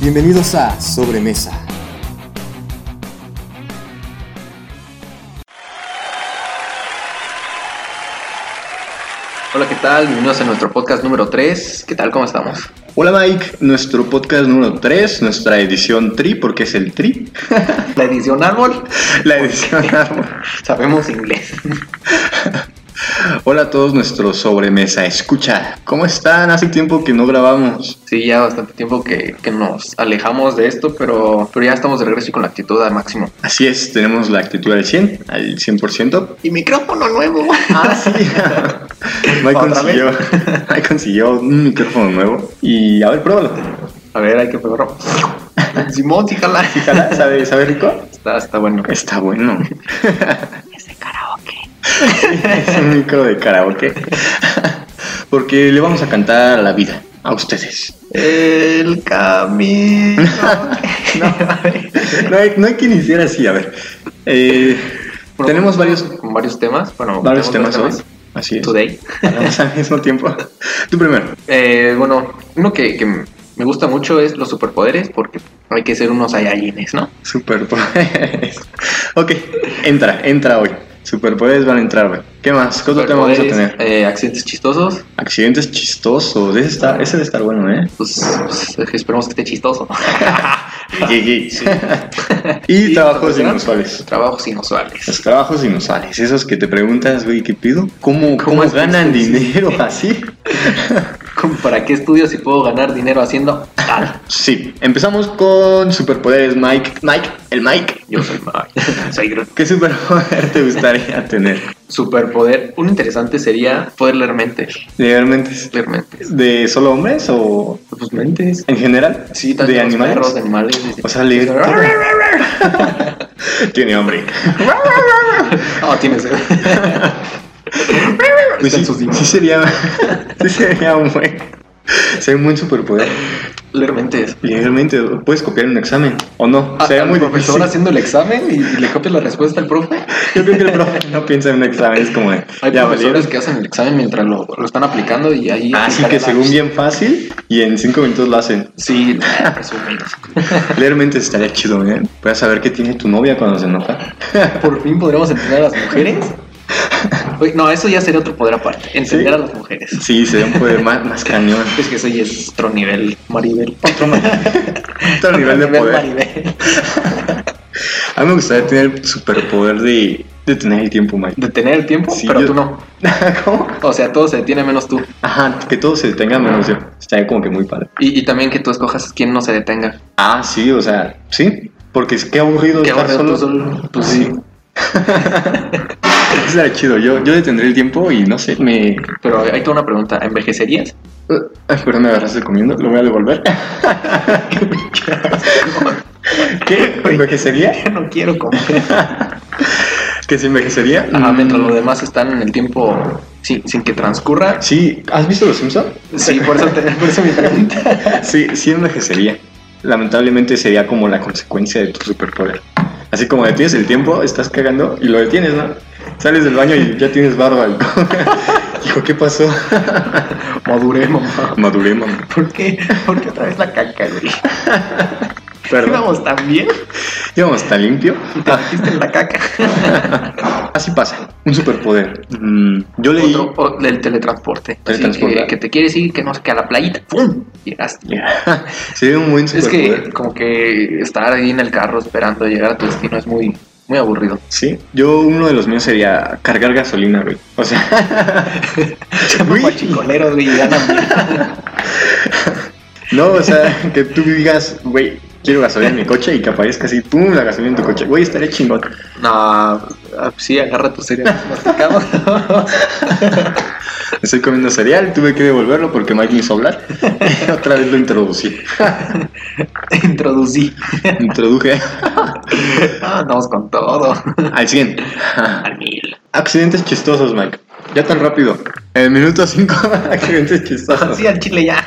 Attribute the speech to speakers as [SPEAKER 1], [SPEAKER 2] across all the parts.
[SPEAKER 1] Bienvenidos a Sobremesa.
[SPEAKER 2] Hola, ¿qué tal? Bienvenidos a nuestro podcast número 3. ¿Qué tal? ¿Cómo estamos?
[SPEAKER 3] Hola Mike, nuestro podcast número 3, nuestra edición tri, porque es el tri,
[SPEAKER 2] La edición árbol.
[SPEAKER 3] la edición árbol.
[SPEAKER 2] Sabemos inglés.
[SPEAKER 3] Hola a todos nuestros sobremesa, escucha, ¿cómo están? Hace tiempo que no grabamos.
[SPEAKER 2] Sí, ya bastante tiempo que, que nos alejamos de esto, pero, pero ya estamos de regreso y con la actitud al máximo.
[SPEAKER 3] Así es, tenemos la actitud al 100, al 100%.
[SPEAKER 2] Y micrófono nuevo.
[SPEAKER 3] Ah, sí. Mike
[SPEAKER 2] ¿Otra
[SPEAKER 3] consiguió, Mike consiguió un micrófono nuevo y a ver, pruébalo.
[SPEAKER 2] A ver, hay que pegarlo. Simón, sí, jala.
[SPEAKER 3] Ojalá, ¿Sabe, ¿Sabe rico?
[SPEAKER 2] Está, está bueno.
[SPEAKER 3] Está bueno. Es un micro de karaoke. Porque le vamos a cantar a la vida, a ustedes.
[SPEAKER 2] El camino.
[SPEAKER 3] No hay, no hay que iniciar así, a ver. Eh,
[SPEAKER 2] Bueno,
[SPEAKER 3] tenemos varios,
[SPEAKER 2] con varios temas. Bueno,
[SPEAKER 3] varios
[SPEAKER 2] tenemos
[SPEAKER 3] temas hoy. Así es.
[SPEAKER 2] Today.
[SPEAKER 3] Hablamos al mismo tiempo. Tú primero.
[SPEAKER 2] Eh, bueno, uno que, que me gusta mucho es los superpoderes porque hay que ser unos Saiyajines, ¿no?
[SPEAKER 3] Superpoderes. ok, entra, entra hoy. Superpoderes van a entrar hoy. ¿Qué más? ¿Qué otro tema vamos a
[SPEAKER 2] Superpoderes,
[SPEAKER 3] tener?
[SPEAKER 2] eh, accidentes chistosos,
[SPEAKER 3] Accidentes chistosos. Ese, está, ese debe estar bueno, ¿eh?
[SPEAKER 2] pues, pues, esperemos que esté chistoso.
[SPEAKER 3] Jiji.
[SPEAKER 2] Sí.
[SPEAKER 3] y trabajos
[SPEAKER 2] ¿verdad?
[SPEAKER 3] inusuales.
[SPEAKER 2] Trabajos inusuales.
[SPEAKER 3] Los trabajos inusuales, esos que te preguntas, güey, ¿qué pido? ¿Cómo,
[SPEAKER 2] ¿Cómo
[SPEAKER 3] ¿Cómo,
[SPEAKER 2] es
[SPEAKER 3] ganan
[SPEAKER 2] posible?
[SPEAKER 3] dinero así?
[SPEAKER 2] ¿Cómo- ¿Para qué estudio si puedo ganar dinero haciendo tal?
[SPEAKER 3] Sí, empezamos con superpoderes, Mike. Mike, el Mike.
[SPEAKER 2] Yo soy Mike. Soy Groot.
[SPEAKER 3] ¿Qué superpoder te gustaría tener?
[SPEAKER 2] Superpoder. Un interesante sería poder leer mentes.
[SPEAKER 3] ¿Legalmente?
[SPEAKER 2] Leer mentes.
[SPEAKER 3] ¿De solo hombres o
[SPEAKER 2] Pues mentes.
[SPEAKER 3] en general?
[SPEAKER 2] Sí, tanto
[SPEAKER 3] ¿De
[SPEAKER 2] los
[SPEAKER 3] animales?
[SPEAKER 2] perros, de animales.
[SPEAKER 3] O sea, leer todo. Tiene hambre.
[SPEAKER 2] No, tienes.
[SPEAKER 3] Pues sí, sí sería, sí sería un buen, sería un buen superpoder.
[SPEAKER 2] Leer mentes.
[SPEAKER 3] Legalmente, puedes copiar un examen o no.
[SPEAKER 2] Ah,
[SPEAKER 3] sería
[SPEAKER 2] al
[SPEAKER 3] muy
[SPEAKER 2] profesor
[SPEAKER 3] difícil.
[SPEAKER 2] haciendo el examen y, y le copias la respuesta al profe.
[SPEAKER 3] Yo creo que el profe no piensa en un examen, es como de.
[SPEAKER 2] Hay
[SPEAKER 3] ya
[SPEAKER 2] profesores
[SPEAKER 3] valieron.
[SPEAKER 2] que hacen el examen mientras lo, lo están aplicando y ahí.
[SPEAKER 3] Así Ah, que según bien fácil y en cinco minutos lo hacen.
[SPEAKER 2] Sí, presumidos.
[SPEAKER 3] Leer mentes estaría chido, ¿eh? Puedes saber qué tiene tu novia cuando se enoja.
[SPEAKER 2] Por fin podríamos entender a las mujeres. Oye, no, eso ya sería otro poder aparte. Entender
[SPEAKER 3] Sí.
[SPEAKER 2] a las mujeres.
[SPEAKER 3] Sí, sería un poder más, más cañón.
[SPEAKER 2] Es que eso ya es otro nivel, Maribel.
[SPEAKER 3] Otro, ma- otro nivel de poder.
[SPEAKER 2] Maribel.
[SPEAKER 3] A mí me gustaría tener el superpoder de, de tener el tiempo, Mike.
[SPEAKER 2] Detener el tiempo,
[SPEAKER 3] Sí,
[SPEAKER 2] pero
[SPEAKER 3] yo-
[SPEAKER 2] tú no.
[SPEAKER 3] ¿Cómo?
[SPEAKER 2] O sea, todo se detiene menos tú.
[SPEAKER 3] Ajá, que todo se detenga menos yo. Estaría como que muy padre.
[SPEAKER 2] Y, y también que tú escojas quién no se detenga.
[SPEAKER 3] Ah, sí, o sea, sí. Porque es que aburrido
[SPEAKER 2] Que
[SPEAKER 3] estar
[SPEAKER 2] ahora
[SPEAKER 3] solo.
[SPEAKER 2] tú solo. Pues sí.
[SPEAKER 3] Estaría chido. Yo, yo detendré el tiempo y no sé, me.
[SPEAKER 2] Pero hay toda una pregunta. ¿Envejecerías?
[SPEAKER 3] Ay, perdón, me agarraste comiendo. Lo voy a devolver. ¿Qué? ¿Envejecería?
[SPEAKER 2] no quiero comer.
[SPEAKER 3] ¿Que se envejecería?
[SPEAKER 2] Ajá,
[SPEAKER 3] Mm,
[SPEAKER 2] mientras los demás están en el tiempo sin, sin que transcurra.
[SPEAKER 3] Sí, ¿has visto los Simpsons?
[SPEAKER 2] Sí, por eso, te- por eso mi pregunta.
[SPEAKER 3] Sí, sí envejecería. Lamentablemente sería como la consecuencia de tu superpoder. Así como detienes el tiempo, estás cagando y lo detienes, ¿no? Sales del baño y ya tienes barba. Hijo, ¿qué pasó?
[SPEAKER 2] Maduré, mamá.
[SPEAKER 3] Maduré, mamá.
[SPEAKER 2] ¿Por qué? ¿Por qué otra vez la caca, güey?
[SPEAKER 3] Perdón.
[SPEAKER 2] Íbamos tan bien
[SPEAKER 3] Íbamos tan limpio. Ah,
[SPEAKER 2] y te metiste en la caca.
[SPEAKER 3] Así pasa. Un superpoder. Mm, yo leí...
[SPEAKER 2] Otro, o del teletransporte. Así
[SPEAKER 3] Teletransporte.
[SPEAKER 2] que, que te quieres ir, que no sé, que a la playita. ¡Pum! Llegaste.
[SPEAKER 3] Yeah. Sería un buen
[SPEAKER 2] Es
[SPEAKER 3] superpoder.
[SPEAKER 2] que como que estar ahí en el carro esperando llegar a tu destino es muy, muy aburrido.
[SPEAKER 3] Sí, yo uno de los míos sería cargar gasolina, güey. O sea, Güey.
[SPEAKER 2] Guachicoleros, güey, ya no-
[SPEAKER 3] no, o sea, que tú digas, güey, quiero gasolina en mi coche y que aparezca así, pum, la gasolina en tu coche. Güey, estaría chingón.
[SPEAKER 2] No, ah, sí, agarra tu cereal masticado.
[SPEAKER 3] Estoy comiendo cereal, tuve que devolverlo porque Mike me hizo hablar. Otra vez lo introducí.
[SPEAKER 2] Introducí.
[SPEAKER 3] Introduje
[SPEAKER 2] Ah, andamos con todo.
[SPEAKER 3] al 100.
[SPEAKER 2] Al mil.
[SPEAKER 3] Accidentes chistosos, Mike. Ya tan rápido. En el minuto 5 accidentes chistosos.
[SPEAKER 2] Así al chile ya.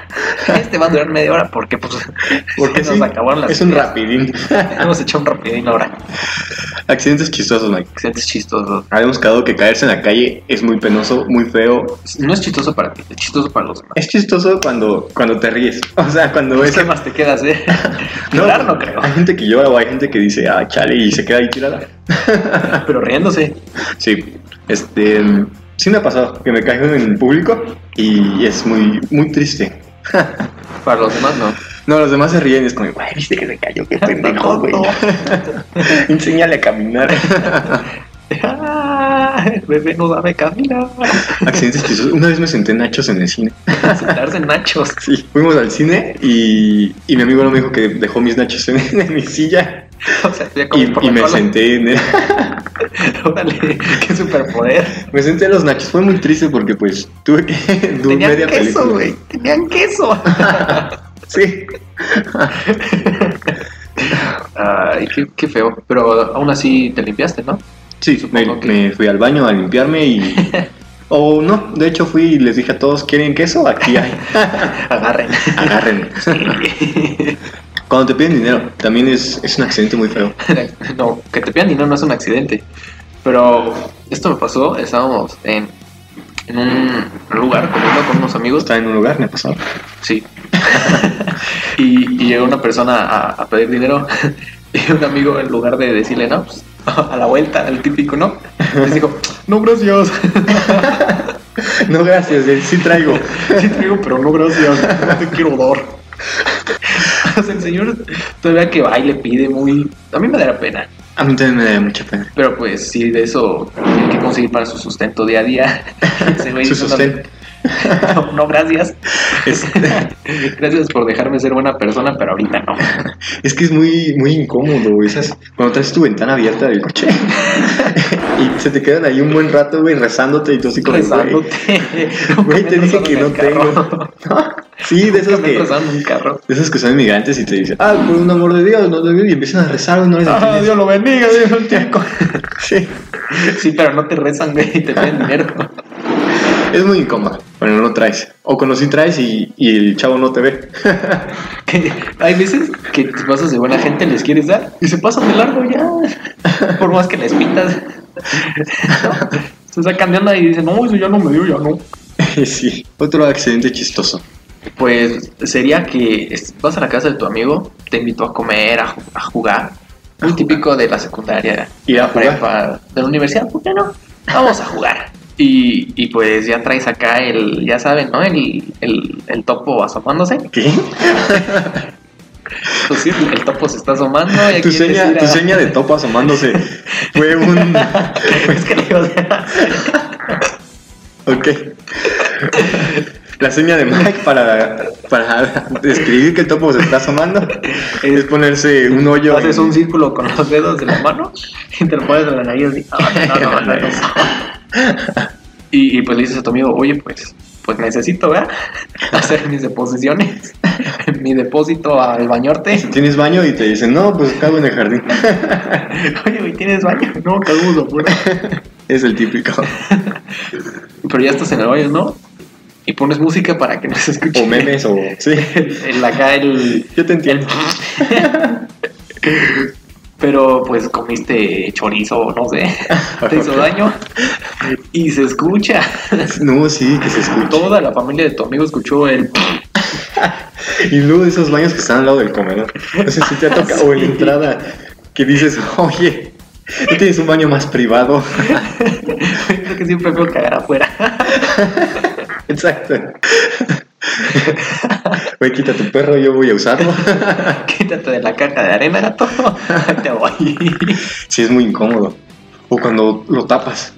[SPEAKER 2] Este va a durar media hora porque pues
[SPEAKER 3] Porque
[SPEAKER 2] se nos
[SPEAKER 3] sí,
[SPEAKER 2] acabaron las
[SPEAKER 3] es un
[SPEAKER 2] ideas.
[SPEAKER 3] rapidín.
[SPEAKER 2] Hemos hecho un rapidín ahora.
[SPEAKER 3] Accidentes chistosos, Mike.
[SPEAKER 2] Excelentes chistosos.
[SPEAKER 3] Habíamos quedado que caerse en la calle es muy penoso, muy feo.
[SPEAKER 2] No es chistoso para ti, es chistoso para los demás.
[SPEAKER 3] Es chistoso cuando, cuando te ríes. O sea, cuando
[SPEAKER 2] Pues,
[SPEAKER 3] ves
[SPEAKER 2] ¿Qué
[SPEAKER 3] a-
[SPEAKER 2] más te quedas, eh? Llorar no creo,
[SPEAKER 3] Hay gente que llora o hay gente que dice, ah, chale, y se queda ahí tirada.
[SPEAKER 2] pero riéndose.
[SPEAKER 3] Sí, este. Sí me ha pasado que me caigo en público y es muy, muy triste.
[SPEAKER 2] Para los demás no.
[SPEAKER 3] No, los demás se ríen y es como, güey, viste que se cayó, qué pendejo, güey. Enséñale a caminar.
[SPEAKER 2] Ah, el bebé no sabe caminar.
[SPEAKER 3] Accidentes chistosos. Una vez me senté nachos en el cine.
[SPEAKER 2] Sentarse en nachos.
[SPEAKER 3] Sí, fuimos al cine y, y mi amigo no me dijo que dejó mis nachos en, en mi silla
[SPEAKER 2] O sea, ya
[SPEAKER 3] y,
[SPEAKER 2] comí por
[SPEAKER 3] y
[SPEAKER 2] la
[SPEAKER 3] me
[SPEAKER 2] cola.
[SPEAKER 3] senté en él.
[SPEAKER 2] Órale, qué superpoder.
[SPEAKER 3] Me senté en los nachos. Fue muy triste porque pues tuve que... tuve
[SPEAKER 2] Tenían
[SPEAKER 3] media
[SPEAKER 2] queso,
[SPEAKER 3] película.
[SPEAKER 2] güey. Tenían queso.
[SPEAKER 3] Sí.
[SPEAKER 2] Ay, qué, qué feo. Pero aún así te limpiaste, ¿no?
[SPEAKER 3] Sí, me,
[SPEAKER 2] Supongo que-
[SPEAKER 3] me fui al baño a limpiarme y... O no, de hecho fui y les dije a todos, ¿quieren queso? Aquí hay.
[SPEAKER 2] Agarren.
[SPEAKER 3] Agarren. Cuando te piden dinero, también es, es un accidente muy feo.
[SPEAKER 2] no, que te pidan dinero no es un accidente. Pero esto me pasó, estábamos en, en un lugar comiendo con unos amigos.
[SPEAKER 3] Estaba en un lugar, me ha pasado.
[SPEAKER 2] Sí. y, y llegó una persona a, a pedir dinero y un amigo en lugar de decirle no, pues, a la vuelta, el típico no, les dijo, no gracias.
[SPEAKER 3] No, gracias, él sí traigo.
[SPEAKER 2] sí traigo, pero no gracias, no te quiero dar. o sea, el señor todavía que va y le pide muy... A mí me dará pena,
[SPEAKER 3] A mí también me da mucha pena.
[SPEAKER 2] pero pues sí, de eso tiene que conseguir para su sustento día a día. Ese güey
[SPEAKER 3] Su
[SPEAKER 2] diciéndole,
[SPEAKER 3] sostén.
[SPEAKER 2] No, no, gracias.
[SPEAKER 3] Este,
[SPEAKER 2] Gracias por dejarme ser buena persona, pero ahorita no.
[SPEAKER 3] Es que es muy, muy incómodo, güey. esas- Cuando traes tu ventana abierta del coche y se te quedan ahí un buen rato, güey, rezándote y tú así como, güey,
[SPEAKER 2] rezándote.
[SPEAKER 3] güey, te dije que no
[SPEAKER 2] tengo.
[SPEAKER 3] sí, de esas que,
[SPEAKER 2] rezando en un carro.
[SPEAKER 3] de esas que son inmigrantes y te dicen, ah, por un amor de Dios, no te y empiezan a rezar, güey, no les entiendes.
[SPEAKER 2] lo bendiga, Ah, Dios
[SPEAKER 3] Sí,
[SPEAKER 2] Sí, pero no te rezan, güey, y te piden dinero.
[SPEAKER 3] es muy incómodo cuando no traes. O cuando sí traes y, y el chavo no te ve.
[SPEAKER 2] Que hay veces que te pasas de buena gente, les quieres dar y se pasan de largo ya. Por más que les pintas. Se sacan de onda y dicen, no, eso ya no me dio, ya no.
[SPEAKER 3] sí, otro accidente chistoso.
[SPEAKER 2] Pues sería que es- vas a la casa de tu amigo, te invitó a comer, a, ju- a jugar. Muy típico de la secundaria.
[SPEAKER 3] Ir a
[SPEAKER 2] la
[SPEAKER 3] jugar.
[SPEAKER 2] prepa, de la universidad, ¿por qué no? Vamos a jugar. Y, y pues ya traes acá el, ya saben, ¿no? El, el, el topo asomándose.
[SPEAKER 3] ¿Qué?
[SPEAKER 2] Pues sí, el topo se está asomando. y
[SPEAKER 3] Tu
[SPEAKER 2] aquí
[SPEAKER 3] seña,
[SPEAKER 2] decir,
[SPEAKER 3] tu
[SPEAKER 2] ah,
[SPEAKER 3] seña de topo asomándose fue un...
[SPEAKER 2] Es que le digo, o sea,
[SPEAKER 3] Ok. La seña de Mike para, para describir que el topo se está asomando es ponerse un hoyo.
[SPEAKER 2] haces
[SPEAKER 3] en-
[SPEAKER 2] un círculo con los dedos de la mano y te lo pones en la nariz así, ah, no, no, no, no, no. Y, y pues le dices a tu amigo, oye, pues, pues necesito, ¿verdad? Hacer mis deposiciones, mi depósito al bañarte.
[SPEAKER 3] Tienes baño y te dicen, no, pues cago en el jardín.
[SPEAKER 2] Oye, güey, ¿tienes baño? No, cagudo, afuera.
[SPEAKER 3] Es el típico.
[SPEAKER 2] Pero ya estás en el baño, ¿no? Y pones música para que no se escuche.
[SPEAKER 3] O memes o. Sí.
[SPEAKER 2] El, el acá, el...
[SPEAKER 3] Yo te entiendo.
[SPEAKER 2] Pero pues comiste chorizo, no sé, te hizo daño y se escucha.
[SPEAKER 3] No, sí, que se escucha.
[SPEAKER 2] Toda la familia de tu amigo escuchó el...
[SPEAKER 3] Y luego de esos baños que están al lado del comedor. No sé si te toca. O en la
[SPEAKER 2] Sí.
[SPEAKER 3] entrada que dices, oye, ¿no tienes un baño más privado?
[SPEAKER 2] Creo que siempre puedo cagar afuera.
[SPEAKER 3] Exacto. Güey, quita tu perro, yo voy a usarlo.
[SPEAKER 2] Quítate de la caja de arena, gato. Ahí te voy.
[SPEAKER 3] Sí, es muy incómodo. O cuando lo tapas.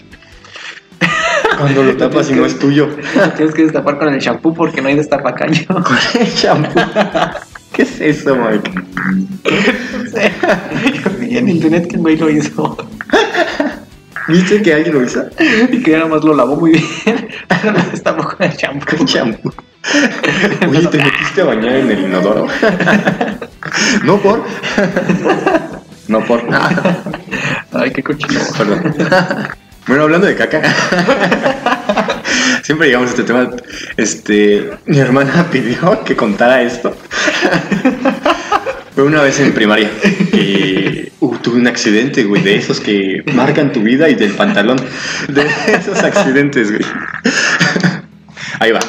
[SPEAKER 3] Cuando lo tapas y no es tuyo.
[SPEAKER 2] Tienes que destapar con el champú porque no hay destapacaño.
[SPEAKER 3] Con el shampoo. ¿Qué es eso, Mike?
[SPEAKER 2] No sé. Yo vi en internet que el güey lo hizo
[SPEAKER 3] ¿Viste que alguien lo hizo?
[SPEAKER 2] y que nada más lo lavó muy bien, pero lo destapó con el champú.
[SPEAKER 3] Con shampoo. Oye, te metiste a bañar en el inodoro. No por. No por. Ah,
[SPEAKER 2] Ay, qué cochino.
[SPEAKER 3] perdón. Bueno, hablando de caca. Siempre llegamos a este tema. Este, mi hermana pidió que contara esto. Fue una vez en primaria que uh, tuve un accidente, güey, de esos que marcan tu vida y del pantalón. De esos accidentes, güey. Ahí va.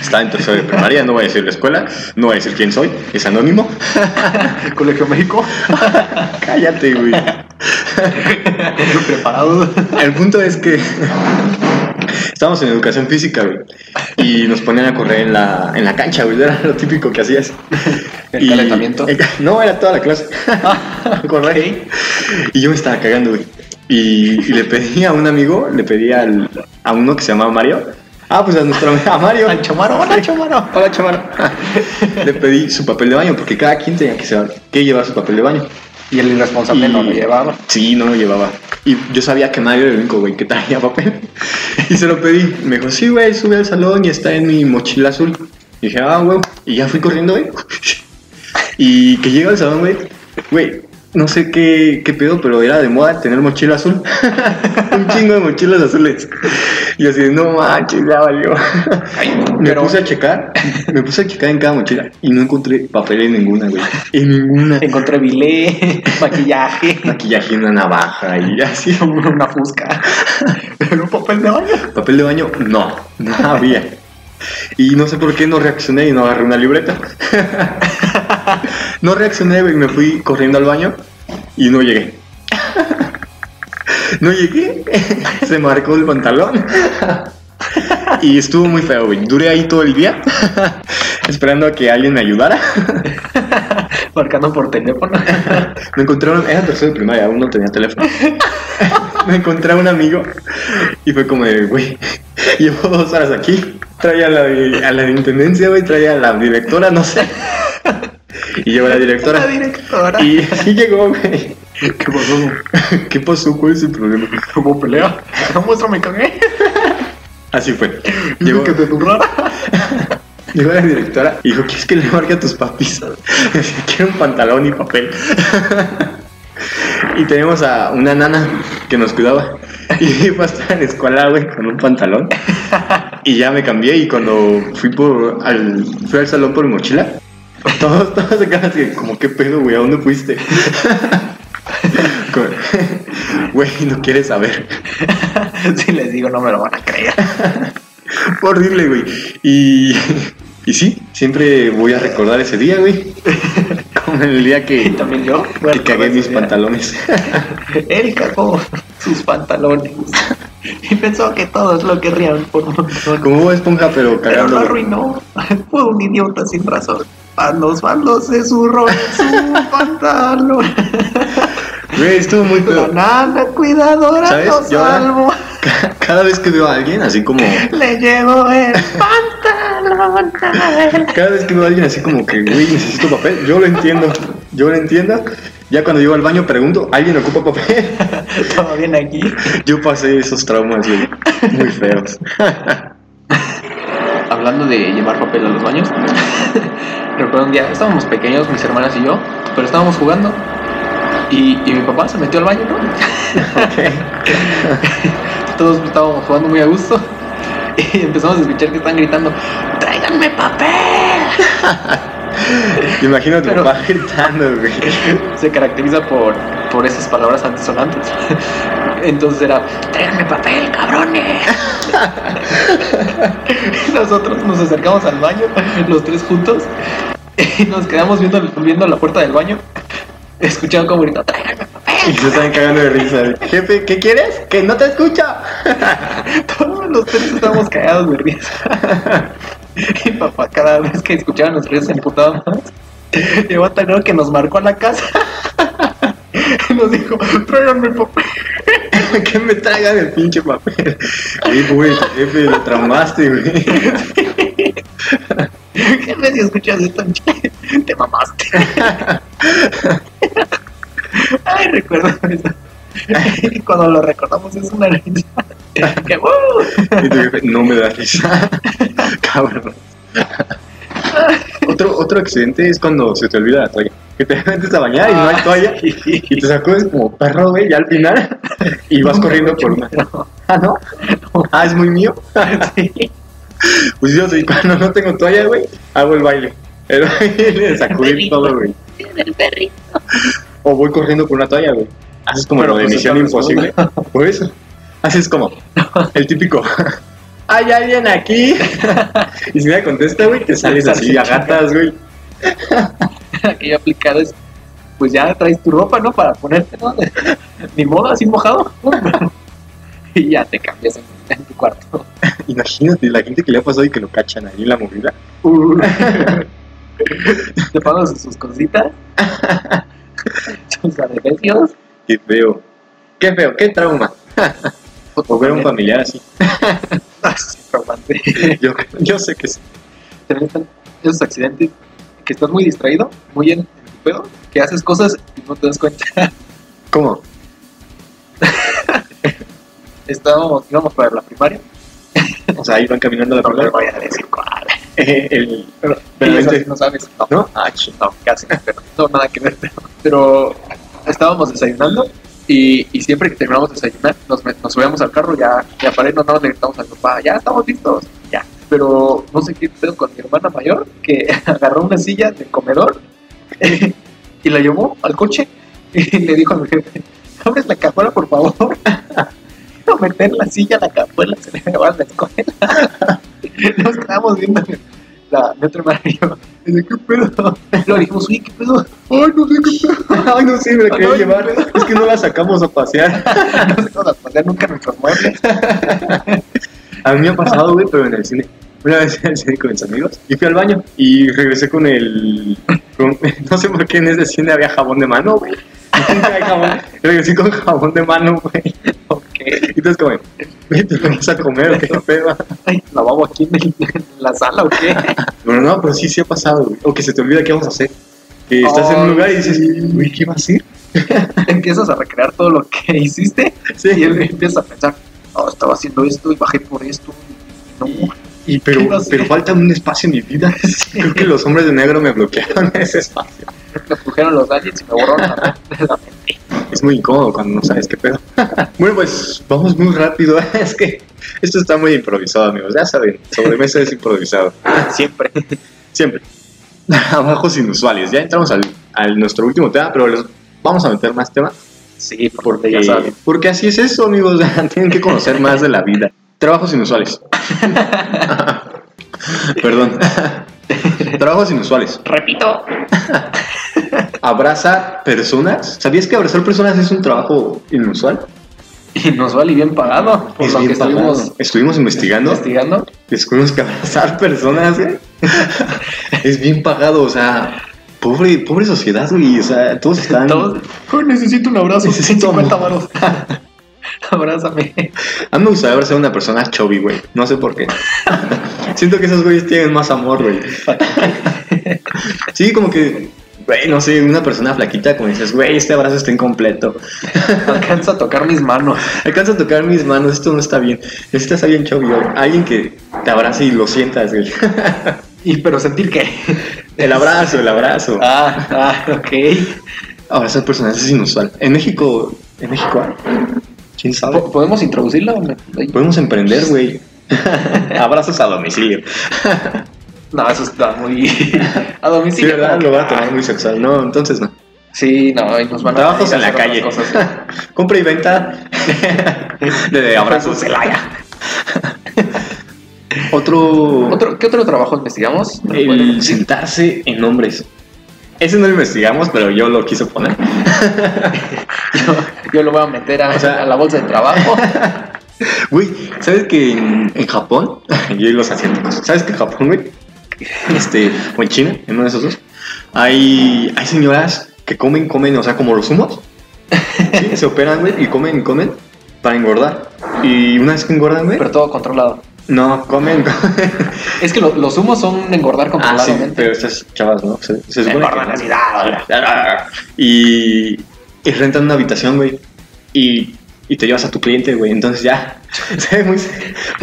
[SPEAKER 3] Estaba en tercero de primaria, no voy a decir la escuela, no voy a decir quién soy, es anónimo.
[SPEAKER 2] Colegio México.
[SPEAKER 3] Cállate, güey.
[SPEAKER 2] Yo preparado.
[SPEAKER 3] El punto es que estábamos en educación física, güey. Y nos ponían a correr en la, en la cancha, güey. Era lo típico que hacías.
[SPEAKER 2] ¿El calentamiento? Ah,
[SPEAKER 3] el ca- no, era toda la clase. correr. Y yo me estaba cagando, güey. Y, y le pedí a un amigo, le pedí al- a uno que se llamaba Mario. Ah, pues a nuestro amigo, a Mario.
[SPEAKER 2] Al Chamaro, hola, Chamaro.
[SPEAKER 3] Hola, chamano. Le pedí su papel de baño, porque cada quien tenía que, llevar- que llevar su papel de baño.
[SPEAKER 2] Y el irresponsable no lo
[SPEAKER 3] Y-
[SPEAKER 2] llevaba.
[SPEAKER 3] Sí, no lo llevaba. Y yo sabía que Mario era el único güey que traía papel. Y se lo pedí. Me dijo, sí, güey, sube al salón y está en mi mochila azul. Y dije, ah, güey. Y ya fui corriendo, güey. Y que llega al salón, güey. Güey, no sé qué, qué pedo, pero era de moda tener mochila azul. Un chingo de mochilas azules. Y yo así, de, no manches, ya valió. Me
[SPEAKER 2] pero-
[SPEAKER 3] puse a checar, me puse a checar en cada mochila y no encontré papel en ninguna, güey. En ninguna.
[SPEAKER 2] Encontré bilé, maquillaje,
[SPEAKER 3] Maquillaje, una navaja y así.
[SPEAKER 2] una fusca, pero un papel de baño.
[SPEAKER 3] Papel de baño, no, no había. Y no sé por qué no reaccioné y no agarré una libreta. No reaccioné, güey, me fui corriendo al baño y no llegué. No llegué, se marcó el pantalón. Y estuvo muy feo, güey. Duré ahí todo el día esperando a que alguien me ayudara.
[SPEAKER 2] Marcando por teléfono.
[SPEAKER 3] Me encontré un, era tercero de primaria, aún no tenía teléfono. Me encontré a un amigo y fue como de, güey, llevo dos horas aquí. Traía a la, de- a la de intendencia, güey, traía a la directora, no sé. Y llegó la
[SPEAKER 2] La
[SPEAKER 3] directora.
[SPEAKER 2] directora.
[SPEAKER 3] Y así llegó, güey.
[SPEAKER 2] ¿Qué pasó?
[SPEAKER 3] ¿Qué pasó? ¿Cuál es el problema?
[SPEAKER 2] Hubo pelea. No muestra, me cagué.
[SPEAKER 3] Así fue.
[SPEAKER 2] Digo
[SPEAKER 3] Llegó,
[SPEAKER 2] que te turrara.
[SPEAKER 3] llegó la directora y dijo, ¿quieres que le marque a tus papis? Quiero un pantalón y papel. Y tenemos a una nana que nos cuidaba. Y iba a estar en la escuela, güey, con un pantalón. Y ya me cambié y cuando fui por al, fui al salón por mi mochila, todos, todos se quedaron así, de, como qué pedo, güey, ¿a dónde fuiste? Como, Güey, no quieres saber.
[SPEAKER 2] Si les digo, no me lo van a creer.
[SPEAKER 3] Fue horrible, güey. Y, y sí, siempre voy a recordar ese día, güey. Como el día
[SPEAKER 2] Y
[SPEAKER 3] que,
[SPEAKER 2] también yo.
[SPEAKER 3] que cagué mis pantalones.
[SPEAKER 2] Él cagó sus pantalones. Y pensó que todos lo querrían por un montón.
[SPEAKER 3] Como Bob esponja,
[SPEAKER 2] Pero lo
[SPEAKER 3] pero cagando. güey.
[SPEAKER 2] arruinó. Fue un idiota sin razón. Bandos, bandos, se zurró en su pantalón.
[SPEAKER 3] Güey, estuvo muy
[SPEAKER 2] La
[SPEAKER 3] peor.
[SPEAKER 2] nana cuidadora
[SPEAKER 3] ¿Sabes?
[SPEAKER 2] lo
[SPEAKER 3] Yo ahora-
[SPEAKER 2] salvo.
[SPEAKER 3] Ca- Cada vez que veo a alguien, así como.
[SPEAKER 2] Le llegó el pantalón a él.
[SPEAKER 3] Cada vez que veo a alguien así como que, güey, necesito papel. Yo lo entiendo. Yo lo entiendo. Ya cuando llego al baño pregunto, ¿alguien ocupa papel?
[SPEAKER 2] Todo bien aquí.
[SPEAKER 3] Yo pasé esos traumas, güey. Muy feos.
[SPEAKER 2] Hablando de llevar papel a los baños, recuerdo un día, estábamos pequeños, mis hermanas y yo, pero estábamos jugando. Y, y mi papá se metió al baño, ¿no?
[SPEAKER 3] Ok.
[SPEAKER 2] Todos estábamos jugando muy a gusto. Y empezamos a escuchar que están gritando: ¡Tráiganme papel!
[SPEAKER 3] Imagino a tu
[SPEAKER 2] Pero-
[SPEAKER 3] papá gritando, güey.
[SPEAKER 2] Se caracteriza por, por esas palabras antisonantes. Entonces era: ¡Tráiganme papel, cabrones! Y Nosotros nos acercamos al baño, los tres juntos, y nos quedamos viendo, viendo la puerta del baño, escuchando como gritando: ¡Tráiganme
[SPEAKER 3] Y
[SPEAKER 2] papel!
[SPEAKER 3] se están cagando de risa. güey. Jefe, ¿qué quieres? Que no te escucha.
[SPEAKER 2] Todos los tres estábamos cagados de risa. Y papá, cada vez que escuchaba nuestros risas, se emputaba más. Llegó a tener que nos marcó a la casa. Y nos dijo: tráiganme papel.
[SPEAKER 3] que me traigan el pinche papel. Güey, güey, tu jefe, lo traumaste, güey.
[SPEAKER 2] Jefe, si escuchas esto, te mamaste. Ay, recuerdo eso. Y Cuando lo recordamos es una risa. Que, ¡uh!
[SPEAKER 3] Y tu jefe, no me da risa. Cabrón. Otro, otro accidente es cuando se te olvida la toalla. Que te metes a bañar y no hay toalla. Y te sacudes como perro, güey, ya al final. Y vas corriendo por una.
[SPEAKER 2] No,
[SPEAKER 3] Ah, ¿no? Ah, es muy mío.
[SPEAKER 2] Sí.
[SPEAKER 3] Pues yo, sí, cuando no tengo toalla, güey, hago el baile. El baile de sacudir todo, güey.
[SPEAKER 4] del perrito.
[SPEAKER 3] O voy corriendo con una toalla, güey. Haces como
[SPEAKER 2] Pero
[SPEAKER 3] lo de
[SPEAKER 2] pues
[SPEAKER 3] Misión
[SPEAKER 2] está respondiendo.
[SPEAKER 3] Imposible. Por eso. Haces como el típico. ¡Hay alguien aquí! y si nadie contesta, güey, te sales así a gatas, güey.
[SPEAKER 2] Aquella aplicada es, pues ya traes tu ropa, ¿no? Para ponerte, ¿no? Ni modo, así mojado. y ya te cambias en, en tu cuarto.
[SPEAKER 3] Imagínate la gente que le ha pasado y que lo cachan ahí en la movida.
[SPEAKER 2] Uh. te pagas sus cositas. sus adefesios.
[SPEAKER 3] Qué feo. Qué feo, qué trauma.
[SPEAKER 2] Pues,
[SPEAKER 3] O ver a un familiar así.
[SPEAKER 2] Ah,
[SPEAKER 3] Yo, yo sé que sí.
[SPEAKER 2] Tener tan- esos accidentes que estás muy distraído, muy en en tu pedo, que haces cosas y no te das cuenta.
[SPEAKER 3] ¿Cómo?
[SPEAKER 2] Estábamos, íbamos para la primaria.
[SPEAKER 3] O sea, iban caminando a la
[SPEAKER 2] No le
[SPEAKER 3] primera.
[SPEAKER 2] voy a decir cuál.
[SPEAKER 3] El,
[SPEAKER 2] Pero,
[SPEAKER 3] Pero
[SPEAKER 2] eso
[SPEAKER 3] vente.
[SPEAKER 2] no sabes. No,
[SPEAKER 3] ¿No? Ah, ching.
[SPEAKER 2] no, casi. Pero, no, nada que ver. Pero, pero estábamos desayunando y, y siempre que terminamos de desayunar, nos, met- nos subíamos al carro, ya, ya paré, no, no, le gritamos al papá, ya estamos listos, ya. Pero no sé qué pedo con mi hermana mayor que agarró una silla del comedor y la llevó al coche y le dijo a mi jefe, abres la cajuela, por favor. Quiero meter la silla a la cajuela, se le va a la escuela. Nos quedamos viendo la mi otra hermana y yo, dice, ¿qué pedo? Lo dijimos, uy, ¿qué pedo?
[SPEAKER 3] Ay, no sé qué pedo. Ay, no sé, me la quería
[SPEAKER 2] Ay,
[SPEAKER 3] llevar. Es que no la sacamos a pasear.
[SPEAKER 2] No se nos las pasé nunca nuestros muebles.
[SPEAKER 3] A mí me ha pasado, güey, pero en el cine. Una vez en el cine con mis amigos y fui al baño y regresé con el. con- no sé por qué en ese cine había jabón de mano, güey. Nunca hay jabón. Regresé con jabón de mano, güey.
[SPEAKER 2] Ok.
[SPEAKER 3] Y entonces, como, güey, te lo vas a comer, o qué pedo.
[SPEAKER 2] Ay, lavabo aquí en, el- en la sala, ¿o qué?
[SPEAKER 3] Bueno, no, pero sí, sí ha pasado, güey. O que se te olvida qué vamos a hacer. Que estás en
[SPEAKER 2] Ay,
[SPEAKER 3] un lugar y dices,
[SPEAKER 2] sí.
[SPEAKER 3] güey, ¿qué va a hacer?
[SPEAKER 2] Te empiezas a recrear todo lo que hiciste
[SPEAKER 3] Sí,
[SPEAKER 2] y empiezas a pensar, oh, estaba haciendo esto y bajé por esto. y No,
[SPEAKER 3] y,
[SPEAKER 2] ¿qué
[SPEAKER 3] pero,
[SPEAKER 2] va a hacer?
[SPEAKER 3] pero falta un espacio en mi vida. Creo que los hombres de negro me bloquearon ese espacio.
[SPEAKER 2] me pusieron los aliens y me borraron la, la mente.
[SPEAKER 3] Es muy incómodo cuando no sabes qué pedo. Bueno, pues vamos muy rápido. Es que esto está muy improvisado, amigos. Ya saben, sobremesa es improvisado.
[SPEAKER 2] Siempre.
[SPEAKER 3] Siempre. Abajos inusuales. Ya entramos al, al nuestro último tema, pero les vamos a meter más temas.
[SPEAKER 2] Sí, porque
[SPEAKER 3] Porque,
[SPEAKER 2] ya sabes.
[SPEAKER 3] porque así es eso, amigos. Tienen que conocer más de la vida. Trabajos inusuales. Perdón. Trabajos inusuales.
[SPEAKER 4] Repito,
[SPEAKER 3] Abraza personas. ¿Sabías que abrazar personas es un trabajo inusual?
[SPEAKER 2] Y nos vale bien pagado por
[SPEAKER 3] Es
[SPEAKER 2] lo que
[SPEAKER 3] bien pagado.
[SPEAKER 2] estuvimos
[SPEAKER 3] Estuvimos investigando.
[SPEAKER 2] investigando.
[SPEAKER 3] Descubrimos que abrazar personas güey, es bien pagado. O sea, pobre, pobre sociedad, güey. O sea, todos están.
[SPEAKER 2] Todos, "Ay, necesito un abrazo,
[SPEAKER 3] Necesito
[SPEAKER 2] 150
[SPEAKER 3] amor.
[SPEAKER 2] varos. Abrázame.
[SPEAKER 3] A mí me gustaría abrazar a una persona chubby, güey. No sé por qué. Siento que esos güeyes tienen más amor, güey. Sí, como que, güey, no sé, una persona flaquita, como dices, güey, este abrazo está incompleto.
[SPEAKER 2] Alcanza a tocar mis manos.
[SPEAKER 3] Alcanza a tocar mis manos, esto no está bien. Necesitas a alguien chubby, güey. Alguien que te abrace y lo sientas, güey.
[SPEAKER 2] Y pero sentir que.
[SPEAKER 3] El abrazo, el abrazo.
[SPEAKER 2] Ah, ah, ok.
[SPEAKER 3] Abrazar personas es inusual. En México, en México, ¿ah? ¿quién sabe?
[SPEAKER 2] Po- ¿Podemos introducirlo?
[SPEAKER 3] Podemos emprender, güey. Abrazos a domicilio.
[SPEAKER 2] No, eso está muy. A
[SPEAKER 3] Sí,
[SPEAKER 2] domicilio.
[SPEAKER 3] ¿verdad?
[SPEAKER 2] como
[SPEAKER 3] Lo
[SPEAKER 2] que-
[SPEAKER 3] va a tomar muy sexual. No, entonces no.
[SPEAKER 2] Sí, no, y nos van a.
[SPEAKER 3] Trabajos en la
[SPEAKER 2] hacer
[SPEAKER 3] calle.
[SPEAKER 2] otras cosas.
[SPEAKER 3] Compra y venta de, de abrazos. Otro,
[SPEAKER 2] ¿Otro, ¿Qué otro trabajo investigamos? ¿Me pueden
[SPEAKER 3] el
[SPEAKER 2] decir?
[SPEAKER 3] sentarse en hombres. Ese no lo investigamos, pero yo lo quise poner.
[SPEAKER 2] Yo, yo lo voy a meter a,
[SPEAKER 3] O sea-
[SPEAKER 2] a la bolsa de trabajo.
[SPEAKER 3] Güey, ¿sabes que en, en Japón? yo y los asiáticos. ¿Sabes que en Japón, güey? Este, o en China, en uno de esos dos, hay, hay señoras que comen, comen, o sea, como los humos. Sí, se operan, güey, y comen, comen para engordar. Y una vez que engordan, güey,
[SPEAKER 2] pero todo controlado.
[SPEAKER 3] no, comen,
[SPEAKER 2] Es que lo- los humos son engordar
[SPEAKER 3] Ah, sí,
[SPEAKER 2] controladamente.
[SPEAKER 3] pero estas chavas, ¿no? Se, se supone
[SPEAKER 2] Engordan
[SPEAKER 3] que-
[SPEAKER 2] así, ah,
[SPEAKER 3] Y, y rentan una habitación, güey. Y y te llevas a tu cliente, güey. Entonces ya. se ve muy-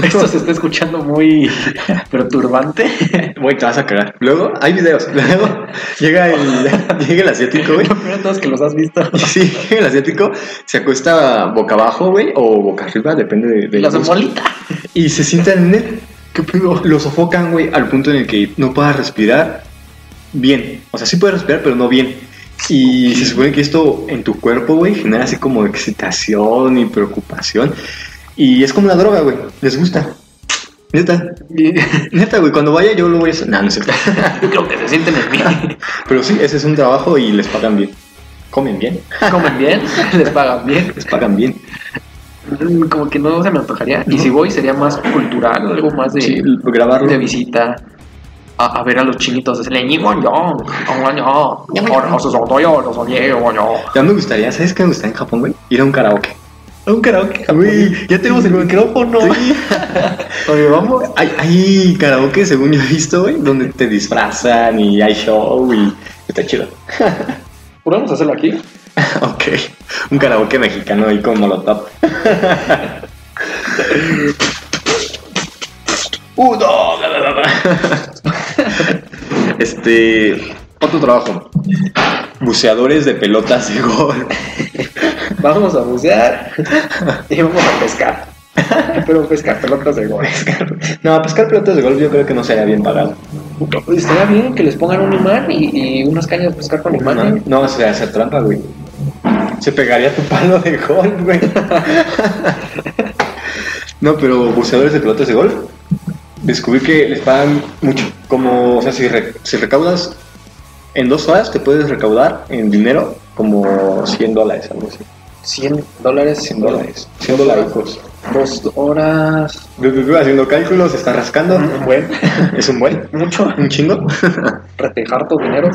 [SPEAKER 2] Esto se está escuchando muy perturbante.
[SPEAKER 3] Güey, te vas a cagar. Luego hay videos. Luego llega el, llega el asiático, güey.
[SPEAKER 2] Lo peor de todo es que los has visto.
[SPEAKER 3] Y sí, el asiático se acuesta boca abajo, güey, o boca arriba, depende de, del
[SPEAKER 2] Las
[SPEAKER 3] gusto.
[SPEAKER 2] molitas.
[SPEAKER 3] Y se sientan en él. ¿Qué pedo? Lo sofocan, güey, al punto en el que no pueda respirar bien. O sea, sí puede respirar, pero no bien. Y se supone que esto en tu cuerpo, güey, genera así como excitación y preocupación. Y es como una droga, güey. Les gusta. Neta, neta, güey, cuando vaya yo lo voy a hacer. Nah, no es cierto.
[SPEAKER 2] Yo creo que se sienten en mí.
[SPEAKER 3] Pero sí, ese es un trabajo y les pagan bien. Comen bien,
[SPEAKER 2] Comen bien, les pagan bien.
[SPEAKER 3] les pagan bien.
[SPEAKER 2] Mm, Como que no se me antojaría. Y si voy, sería más cultural, algo más de,
[SPEAKER 3] Sí, grabarlo.
[SPEAKER 2] de visita. A, a ver a los chinitos. Es leñigo yo. Ahora yo. Ahora os soy yo, os soy yo, yo.
[SPEAKER 3] Ya me gustaría, ¿sabes qué me gustaría en Japón, güey? Ir a un karaoke.
[SPEAKER 2] A un karaoke.
[SPEAKER 3] Güey, ya tenemos el
[SPEAKER 2] micrófono.
[SPEAKER 3] Sí.
[SPEAKER 2] Oye, vamos.
[SPEAKER 3] Hay, hay karaoke, según yo he visto, güey, donde te disfrazan y hay show y está chido.
[SPEAKER 2] ¿Podemos hacerlo aquí?
[SPEAKER 3] ok, un karaoke mexicano ahí con molotov. Uno, la, la, la, la. este, otro trabajo. Buceadores de pelotas de gol.
[SPEAKER 2] Vamos a bucear y vamos a pescar. Pero pescar pelotas de gol.
[SPEAKER 3] No, pescar pelotas de golf yo creo que no sería bien pagado.
[SPEAKER 2] Estaría bien que les pongan un imán y, y unas cañas de pescar con imán.
[SPEAKER 3] No,
[SPEAKER 2] ¿eh?
[SPEAKER 3] no, o sea, hacer trampa, güey. Se pegaría tu palo de golf, güey. no, pero buceadores de pelotas de golf, descubrí que les pagan mucho. Como, o sea, si, re- si recaudas en dos horas, te puedes recaudar en dinero como 100 dólares, algo así.
[SPEAKER 2] 100 dólares.
[SPEAKER 3] 100 dólares. 100 dólares.
[SPEAKER 2] Dos horas.
[SPEAKER 3] Haciendo cálculos, se está rascando.
[SPEAKER 2] Un buen.
[SPEAKER 3] Es un buen.
[SPEAKER 2] Mucho.
[SPEAKER 3] Un chingo.
[SPEAKER 2] Retejar tu dinero.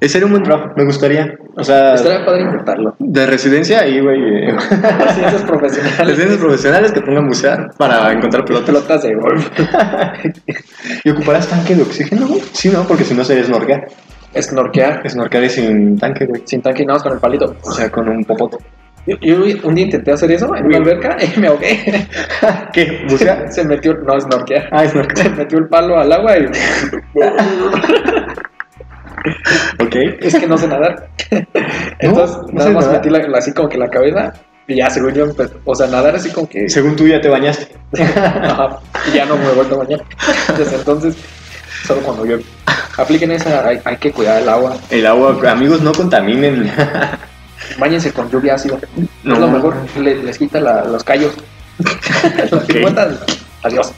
[SPEAKER 3] Ese sería un buen trabajo, me gustaría. O sea,
[SPEAKER 2] Estaría padre intentarlo.
[SPEAKER 3] de residencia ahí, güey. eh.
[SPEAKER 2] Ciencias
[SPEAKER 3] Las
[SPEAKER 2] profesionales.
[SPEAKER 3] ciencias profesionales que pongan bucear para encontrar pelotas.
[SPEAKER 2] Pelotas de golf.
[SPEAKER 3] ¿Y ocuparás tanque de oxígeno, güey? Sí, no, porque si no sería snorkear.
[SPEAKER 2] Snorkear.
[SPEAKER 3] Snorkear es sin tanque, güey.
[SPEAKER 2] Sin tanque y nada más con el palito.
[SPEAKER 3] O sea, con un popote.
[SPEAKER 2] Yo, yo un día intenté hacer eso en una alberca y me ahogué.
[SPEAKER 3] ¿Qué? ¿Bucear?
[SPEAKER 2] Se metió. No, snorkear.
[SPEAKER 3] Ah, snorkear.
[SPEAKER 2] Se metió el palo al agua y.
[SPEAKER 3] Ok.
[SPEAKER 2] es que no sé nadar. Entonces,
[SPEAKER 3] no
[SPEAKER 2] nada más
[SPEAKER 3] sé nadar.
[SPEAKER 2] metí la, la- así como que la cabeza y ya, según yo, pues, o sea, nadar así como que.
[SPEAKER 3] Según tú ya te bañaste.
[SPEAKER 2] Ajá, y ya no me he vuelto a bañar. Desde entonces, solo cuando llueve. Apliquen esa, hay, hay que cuidar el agua.
[SPEAKER 3] El agua, amigos, no contaminen.
[SPEAKER 2] Báñense con lluvia ácida.
[SPEAKER 3] No.
[SPEAKER 2] Es lo mejor, le- les quita la- los callos. los
[SPEAKER 3] Ok.
[SPEAKER 2] picuetas, adiós.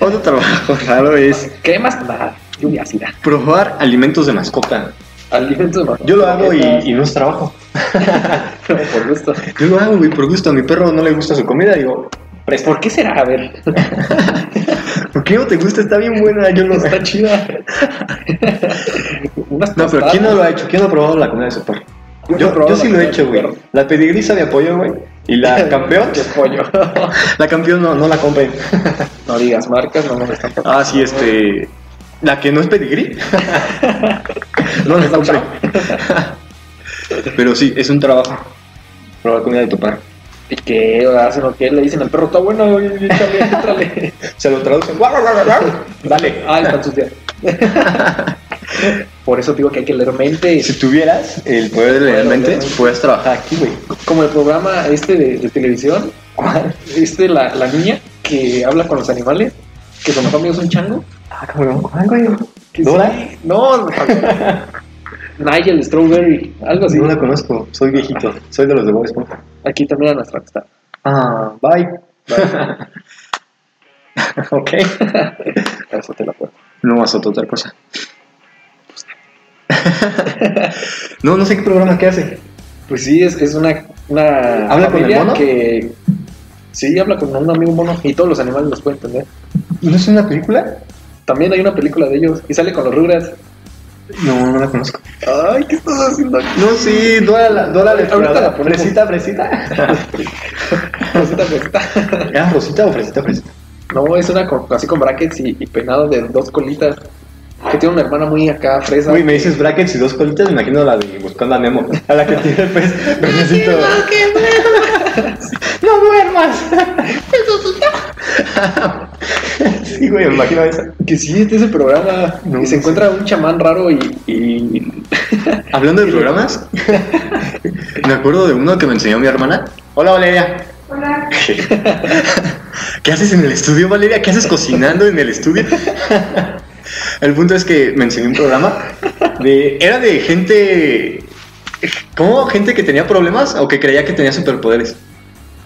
[SPEAKER 3] Otro trabajo raro es
[SPEAKER 2] ¿Qué más? Nada, lluvia ácida.
[SPEAKER 3] probar alimentos de mascota.
[SPEAKER 2] Alimentos más.
[SPEAKER 3] Yo lo hago y, y no es trabajo.
[SPEAKER 2] Por gusto.
[SPEAKER 3] Yo lo hago, güey, por gusto. A mi perro no le gusta su comida. Digo, presta.
[SPEAKER 2] ¿Por qué será? A ver,
[SPEAKER 3] ¿Por qué no te gusta? Está bien buena. Yo lo
[SPEAKER 2] está chida. Unas
[SPEAKER 3] No, pero ¿quién no
[SPEAKER 2] tostadas.
[SPEAKER 3] lo ha hecho? ¿Quién no ha probado la comida de su perro?
[SPEAKER 2] Yo
[SPEAKER 3] Yo,
[SPEAKER 2] no he probado
[SPEAKER 3] yo
[SPEAKER 2] la
[SPEAKER 3] sí lo he
[SPEAKER 2] comida de
[SPEAKER 3] hecho,
[SPEAKER 2] mi
[SPEAKER 3] güey.
[SPEAKER 2] perro.
[SPEAKER 3] La pedigriza de apoyo, güey. Y la campeón,
[SPEAKER 2] De pollo.
[SPEAKER 3] la campeón no, no la compren.
[SPEAKER 2] No digas marcas, no nos están
[SPEAKER 3] Ah, sí, este. La que no es pedigrí. no la compren. Pero sí, es un trabajo. Probar comida de tu perro.
[SPEAKER 2] ¿Y qué hacen o qué? Le dicen al perro, está bueno, échale, échale.
[SPEAKER 3] Se lo traducen. guau, guau, guau, guau. Dale.
[SPEAKER 2] Ah, está sucia. Por eso digo que hay que leer mente.
[SPEAKER 3] Si tuvieras el poder de leer mentes, puedes trabajar aquí, güey.
[SPEAKER 2] Como el programa este de, de televisión, este, la, la niña que habla con los animales, que su mejor amigo es un chango.
[SPEAKER 3] Ah, cabrón. ¿Cuál, güey?
[SPEAKER 2] que
[SPEAKER 3] ¿Dora?
[SPEAKER 2] sí- No, Nigel Strawberry, algo así.
[SPEAKER 3] No la conozco. Soy viejito. Soy de los de Bob Esponja.
[SPEAKER 2] Aquí también a nuestra amistad.
[SPEAKER 3] Ah, bye. ok.
[SPEAKER 2] Eso te la puedo.
[SPEAKER 3] No vas a otra cosa. no, no sé qué programa que hace.
[SPEAKER 2] Pues sí, es, es una, una
[SPEAKER 3] ¿Habla con el
[SPEAKER 2] familia
[SPEAKER 3] mono?
[SPEAKER 2] que sí habla con un amigo mono y todos los animales los pueden entender.
[SPEAKER 3] ¿No es una película?
[SPEAKER 2] También hay una película de ellos y sale con los Rugrats.
[SPEAKER 3] No, no la conozco.
[SPEAKER 2] Ay, ¿qué estás haciendo aquí?
[SPEAKER 3] No, sí, Dora la, Dora
[SPEAKER 2] Ahorita
[SPEAKER 3] la
[SPEAKER 2] la
[SPEAKER 3] exploradora.
[SPEAKER 2] ponemos.
[SPEAKER 3] Fresita, fresita.
[SPEAKER 2] Rosita, Rosita.
[SPEAKER 3] ¿Era Rosita o Ah, fresita, fresita?
[SPEAKER 2] No, es una con- así con brackets y, y peinado de dos colitas. Que tiene una hermana muy acá fresa.
[SPEAKER 3] Uy, me dices brackets y dos colitas, me imagino la de Buscando a Nemo. A la que tiene el pez. Bebecito. pues, ¡No duermas! sí, güey, me imagino eso.
[SPEAKER 2] Que sí, este es el programa.
[SPEAKER 3] No,
[SPEAKER 2] y se
[SPEAKER 3] no
[SPEAKER 2] encuentra un chamán raro y. y-
[SPEAKER 3] Hablando de programas, me acuerdo de uno que me enseñó mi hermana. Hola, Valeria.
[SPEAKER 4] Hola,
[SPEAKER 3] ¿Qué haces en el estudio, Valeria? ¿Qué haces cocinando en el estudio? El punto es que me enseñó un programa de. Era de gente. ¿Cómo? ¿Gente que tenía problemas o que creía que tenía superpoderes?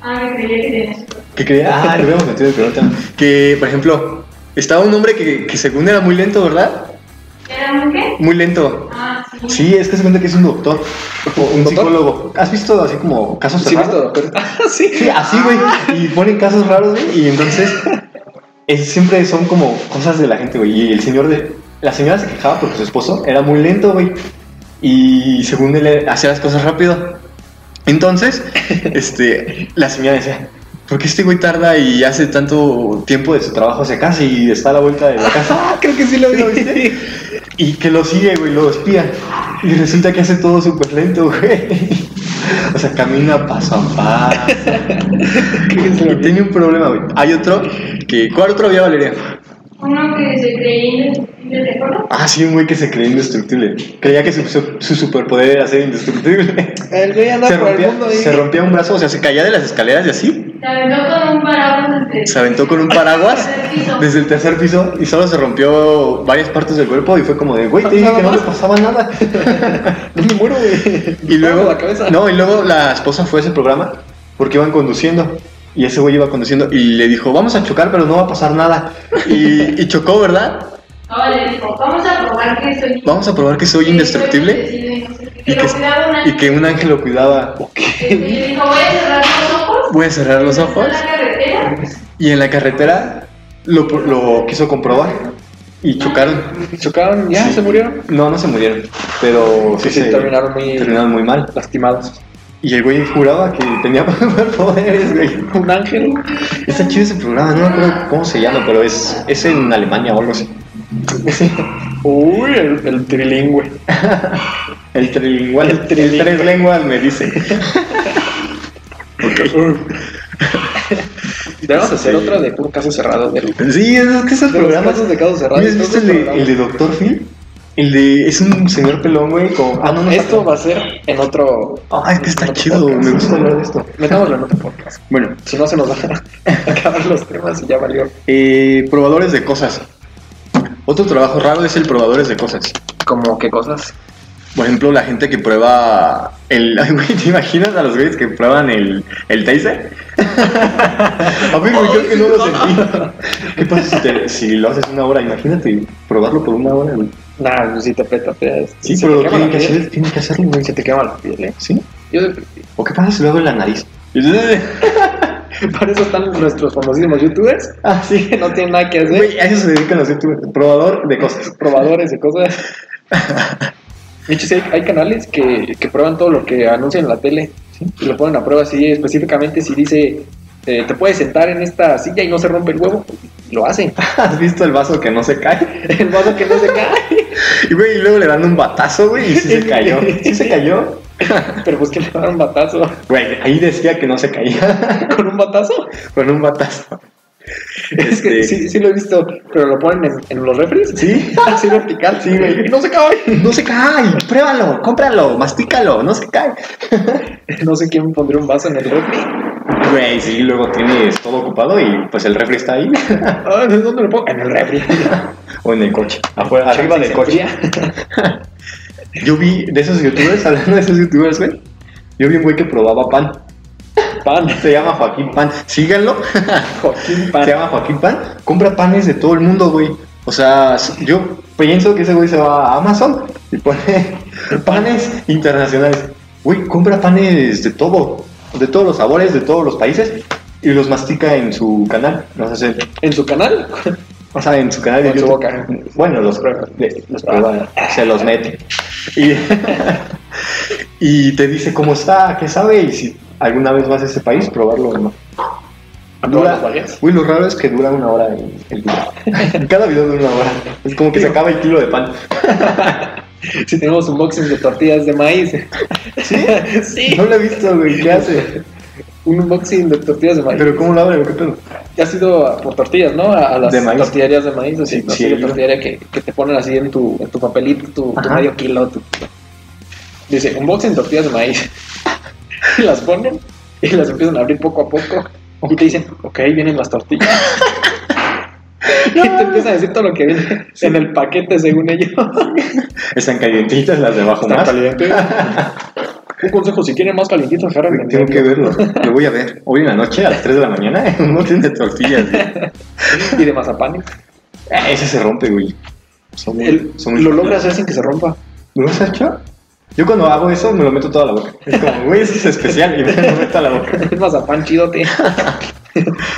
[SPEAKER 4] ah, me creía que tenías.
[SPEAKER 3] Que creía. Ah, lo habíamos metido el peor tema. Que, por ejemplo, estaba un hombre que, que según era muy lento, ¿verdad?
[SPEAKER 4] ¿Era un qué?
[SPEAKER 3] Muy lento.
[SPEAKER 4] Ah, sí.
[SPEAKER 3] Sí, es que se cuenta que es un doctor o un
[SPEAKER 2] ¿Doctor?
[SPEAKER 3] psicólogo. ¿Has visto así como casos
[SPEAKER 2] Sí,
[SPEAKER 3] cerrados?
[SPEAKER 2] ¿viste, doctor? Ah, sí.
[SPEAKER 3] Sí, así, güey. Y ponen casos raros, güey. Y entonces, es- siempre son como cosas de la gente, güey. Y el señor de. La señora se quejaba porque su esposo era muy lento, güey. Y según él, eh, hacía las cosas rápido. Entonces, este, la señora decía. ¿Por qué este güey tarda y hace tanto tiempo de su trabajo hacia casa y está a la vuelta de la casa?
[SPEAKER 2] Ah, creo que sí lo
[SPEAKER 3] ¿Sí lo
[SPEAKER 2] vi.
[SPEAKER 3] viste? Y que lo sigue, güey, lo espía. Y resulta que hace todo súper lento, güey. O sea, camina paso a paso.
[SPEAKER 2] Creo que sí lo
[SPEAKER 3] Y
[SPEAKER 2] vi.
[SPEAKER 3] tiene un problema, güey. Hay otro que. ¿Cuál otro había, Valeria?
[SPEAKER 4] Uno que se creía indestructible de color.
[SPEAKER 3] Ah, sí, un güey que se creía indestructible. Creía que su, su- su superpoder era ser indestructible.
[SPEAKER 2] El güey anda
[SPEAKER 3] Se
[SPEAKER 2] por el
[SPEAKER 3] rompía,
[SPEAKER 2] mundo
[SPEAKER 3] se
[SPEAKER 2] ahí.
[SPEAKER 3] rompía un brazo, o sea, se caía de las escaleras y así.
[SPEAKER 4] Se aventó con un paraguas desde
[SPEAKER 3] Se aventó con un paraguas desde el tercer piso y solo se rompió varias partes del cuerpo y fue como de, güey, te dije que no le pasaba nada.
[SPEAKER 2] No me muero, güey.
[SPEAKER 3] Y luego,
[SPEAKER 2] La cabeza.
[SPEAKER 3] no, y luego la esposa fue a ese programa porque iban conduciendo. Y ese güey iba conduciendo y le dijo, vamos a chocar, pero no va a pasar nada. Y, y chocó, ¿verdad?
[SPEAKER 4] Ahora le Ah, dijo, vamos a probar que soy.
[SPEAKER 3] Vamos a probar que soy indestructible.
[SPEAKER 4] Y no sé qué.
[SPEAKER 3] Y
[SPEAKER 4] Que
[SPEAKER 3] que,
[SPEAKER 4] lo cuidaba un
[SPEAKER 3] y que un ángel lo cuidaba.
[SPEAKER 4] Y le dijo, voy a cerrar los ojos.
[SPEAKER 3] Voy a cerrar los ojos.
[SPEAKER 4] En la carretera.
[SPEAKER 3] Y en la carretera lo, lo quiso comprobar. Y chocaron.
[SPEAKER 2] Chocaron, ya
[SPEAKER 3] Sí.
[SPEAKER 2] se murieron.
[SPEAKER 3] No, no se murieron. Pero
[SPEAKER 2] Sí, sí,
[SPEAKER 3] se-
[SPEAKER 2] terminaron muy-
[SPEAKER 3] terminaron muy mal.
[SPEAKER 2] Lastimados.
[SPEAKER 3] Y el güey juraba que tenía poderes, güey.
[SPEAKER 2] Un ángel.
[SPEAKER 3] Está chido ese programa, no me acuerdo cómo se llama, pero es, es en Alemania o algo así.
[SPEAKER 2] Uy, el, el trilingüe.
[SPEAKER 3] El trilingual.
[SPEAKER 2] El
[SPEAKER 3] El,
[SPEAKER 2] trilingual.
[SPEAKER 3] tres lenguas me dice.
[SPEAKER 2] Debemos hacer
[SPEAKER 3] Sí.
[SPEAKER 2] otra de puro caso cerrado. Del,
[SPEAKER 3] Sí, es que esos
[SPEAKER 2] de los
[SPEAKER 3] programas.
[SPEAKER 2] casos de caso cerrado.
[SPEAKER 3] ¿Habías visto el de, el de Doctor Phil? El de. Es un señor pelón, güey. Con, ah, no, no.
[SPEAKER 2] Esto va a ser en otro.
[SPEAKER 3] Ay, es que
[SPEAKER 2] en
[SPEAKER 3] está
[SPEAKER 2] otro
[SPEAKER 3] chido,
[SPEAKER 2] podcast.
[SPEAKER 3] me gusta hablar de esto.
[SPEAKER 2] Metámoslo en otro podcast.
[SPEAKER 3] Bueno,
[SPEAKER 2] Si no, se nos van a acabar los temas y ya valió.
[SPEAKER 3] eh, probadores de cosas. Otro trabajo raro es el probadores de cosas.
[SPEAKER 2] Como qué cosas.
[SPEAKER 3] Por ejemplo, la gente que prueba el. Ay, güey, ¿te imaginas a los güeyes que prueban el, el taser? a mí, güey, creo que no lo sentí. ¿Qué pasa si, te- si lo haces una hora? Imagínate probarlo por una hora, güey.
[SPEAKER 2] Nah, pues si te peta, te.
[SPEAKER 3] Sí,
[SPEAKER 2] se
[SPEAKER 3] pero
[SPEAKER 2] te
[SPEAKER 3] lo
[SPEAKER 2] quema la
[SPEAKER 3] tienen que
[SPEAKER 2] piel.
[SPEAKER 3] hacer, tienen que hacerlo, güey.
[SPEAKER 2] Se te quema la piel, ¿eh?
[SPEAKER 3] ¿Sí?
[SPEAKER 2] Yo
[SPEAKER 3] ¿O qué pasa si lo hago en la nariz?
[SPEAKER 2] Para eso están nuestros famosísimos youtubers
[SPEAKER 3] ah, sí.
[SPEAKER 2] que no tienen nada que hacer.
[SPEAKER 3] Güey, a eso se dedican los youtubers. Probador de cosas.
[SPEAKER 2] probadores de cosas. De hecho, sí, hay, hay canales que, que prueban todo lo que anuncian en la tele y lo ponen a prueba así específicamente si dice eh, te puedes sentar en esta silla y no se rompe el huevo, lo hacen.
[SPEAKER 3] ¿Has visto el vaso que no se cae?
[SPEAKER 2] El vaso que no se cae,
[SPEAKER 3] Y, güey, y luego le dan un batazo, güey, y sí se cayó. ¿Sí se cayó?
[SPEAKER 2] pero pues que le dan un batazo.
[SPEAKER 3] Güey, ahí decía que no se caía.
[SPEAKER 2] ¿Con un batazo?
[SPEAKER 3] Con un batazo.
[SPEAKER 2] Es que
[SPEAKER 3] Este-
[SPEAKER 2] sí, sí lo he visto, pero lo ponen en, en los refres.
[SPEAKER 3] Sí,
[SPEAKER 2] Así vertical,
[SPEAKER 3] Sí, güey.
[SPEAKER 2] No se cae.
[SPEAKER 3] no se cae, pruébalo, cómpralo, mastícalo, no se cae.
[SPEAKER 2] No sé quién pondría un vaso en el refri.
[SPEAKER 3] Güey, sí, luego tienes todo ocupado y pues el refri está ahí.
[SPEAKER 2] Ah, ¿Dónde lo pongo? En el refri.
[SPEAKER 3] O en el coche, afuera, arriba
[SPEAKER 2] Chance
[SPEAKER 3] del
[SPEAKER 2] se
[SPEAKER 3] coche.
[SPEAKER 2] enfría.
[SPEAKER 3] Yo vi de esos youtubers, hablando de esos youtubers, güey, yo vi un güey que probaba pan.
[SPEAKER 2] Pan.
[SPEAKER 3] Se llama Joaquín Pan, síganlo.
[SPEAKER 2] Joaquín
[SPEAKER 3] Se
[SPEAKER 2] Pan.
[SPEAKER 3] llama Joaquín Pan, compra panes de todo el mundo, güey. O sea, yo pienso que ese güey se va a Amazon y pone panes internacionales. Güey, compra panes de todo, de todos los sabores, de todos los países y los mastica en su canal. No sé,
[SPEAKER 2] ¿En su canal?
[SPEAKER 3] o sea, en su canal de
[SPEAKER 2] Con su
[SPEAKER 3] YouTube.
[SPEAKER 2] boca.
[SPEAKER 3] Bueno, los prueba, de- los prueba, se los mete. Y, y te dice cómo está, qué sabe y si alguna vez vas a ese país, probarlo o no.
[SPEAKER 2] ¿Todas
[SPEAKER 3] Dura,
[SPEAKER 2] varias?
[SPEAKER 3] uy, lo raro es que dura una hora el, el video. Cada video dura una hora. Es como que se acaba el kilo de pan.
[SPEAKER 2] Si tenemos un boxing de tortillas de maíz.
[SPEAKER 3] ¿Sí?
[SPEAKER 2] Sí.
[SPEAKER 3] No lo he visto, güey. ¿Qué hace?
[SPEAKER 2] un unboxing de tortillas de maíz.
[SPEAKER 3] Pero ¿cómo lo abren? ¿Qué pedo?
[SPEAKER 2] Ya has ido a- por tortillas, ¿no? A, a las
[SPEAKER 3] De maíz.
[SPEAKER 2] tortillerías de maíz, así,
[SPEAKER 3] Sí,
[SPEAKER 2] tortilla,
[SPEAKER 3] sí, he ido.
[SPEAKER 2] tortillería que, que te ponen así en tu, en tu papelito, tu, tu
[SPEAKER 3] Ajá.
[SPEAKER 2] medio kilo. tu- Dice, unboxing tortillas de maíz. y las ponen y las empiezan a abrir poco a poco. Y te dicen, ok, vienen las tortillas. y te empiezan a decir todo lo que viene en el paquete, según ellos.
[SPEAKER 3] Están calientitas las de abajo
[SPEAKER 2] Está
[SPEAKER 3] más.
[SPEAKER 2] caliente. Un consejo, si quieren más calientitos, agárrenme.
[SPEAKER 3] Tengo que verlo. Lo voy a ver. Hoy en la noche a las 3 de la mañana en un orden de tortillas. güey.
[SPEAKER 2] Y de mazapanes.
[SPEAKER 3] Ah, ese se rompe, güey. Son muy-
[SPEAKER 2] El-
[SPEAKER 3] son muy-
[SPEAKER 2] lo logra hacer sin que se rompa.
[SPEAKER 3] ¿No lo has hecho? Yo cuando hago eso me lo meto toda la boca. Es como, güey, eso es especial y me lo meto a la boca.
[SPEAKER 2] Es mazapán chidote.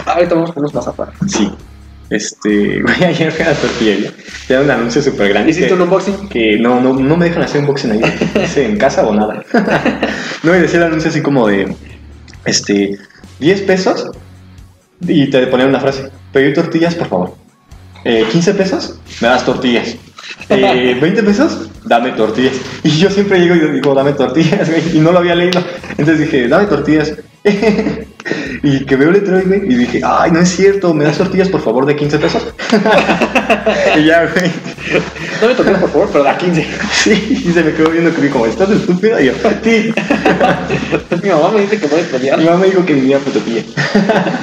[SPEAKER 2] Ahorita vamos con unos mazapán.
[SPEAKER 3] Sí. Este, güey, ayer fui a la tortillería. Te dan un anuncio súper grande.
[SPEAKER 2] ¿Hiciste
[SPEAKER 3] que-
[SPEAKER 2] un unboxing?
[SPEAKER 3] que no, no, no me dejan hacer unboxing ahí, dice en casa o nada. no, y decía el anuncio así como de, este, 10 pesos y te ponían una frase, pedir tortillas, por favor. Eh, 15 pesos, me das tortillas. Eh, 20 pesos, dame tortillas. Y yo siempre llego y digo, dame tortillas, güey, y no lo había leído. Entonces dije, dame tortillas. y que veo el letrero, güey, y dije, ay, no es cierto, me das tortillas, por favor, de 15 pesos. y ya, güey.
[SPEAKER 2] No me toques, por favor, pero da 15.
[SPEAKER 3] Sí, y se me quedó viendo que como, ¿estás estúpida? Y yo, sí.
[SPEAKER 2] Mi mamá me dice que voy a pelear.
[SPEAKER 3] Mi mamá me dijo que vivía en Putopía.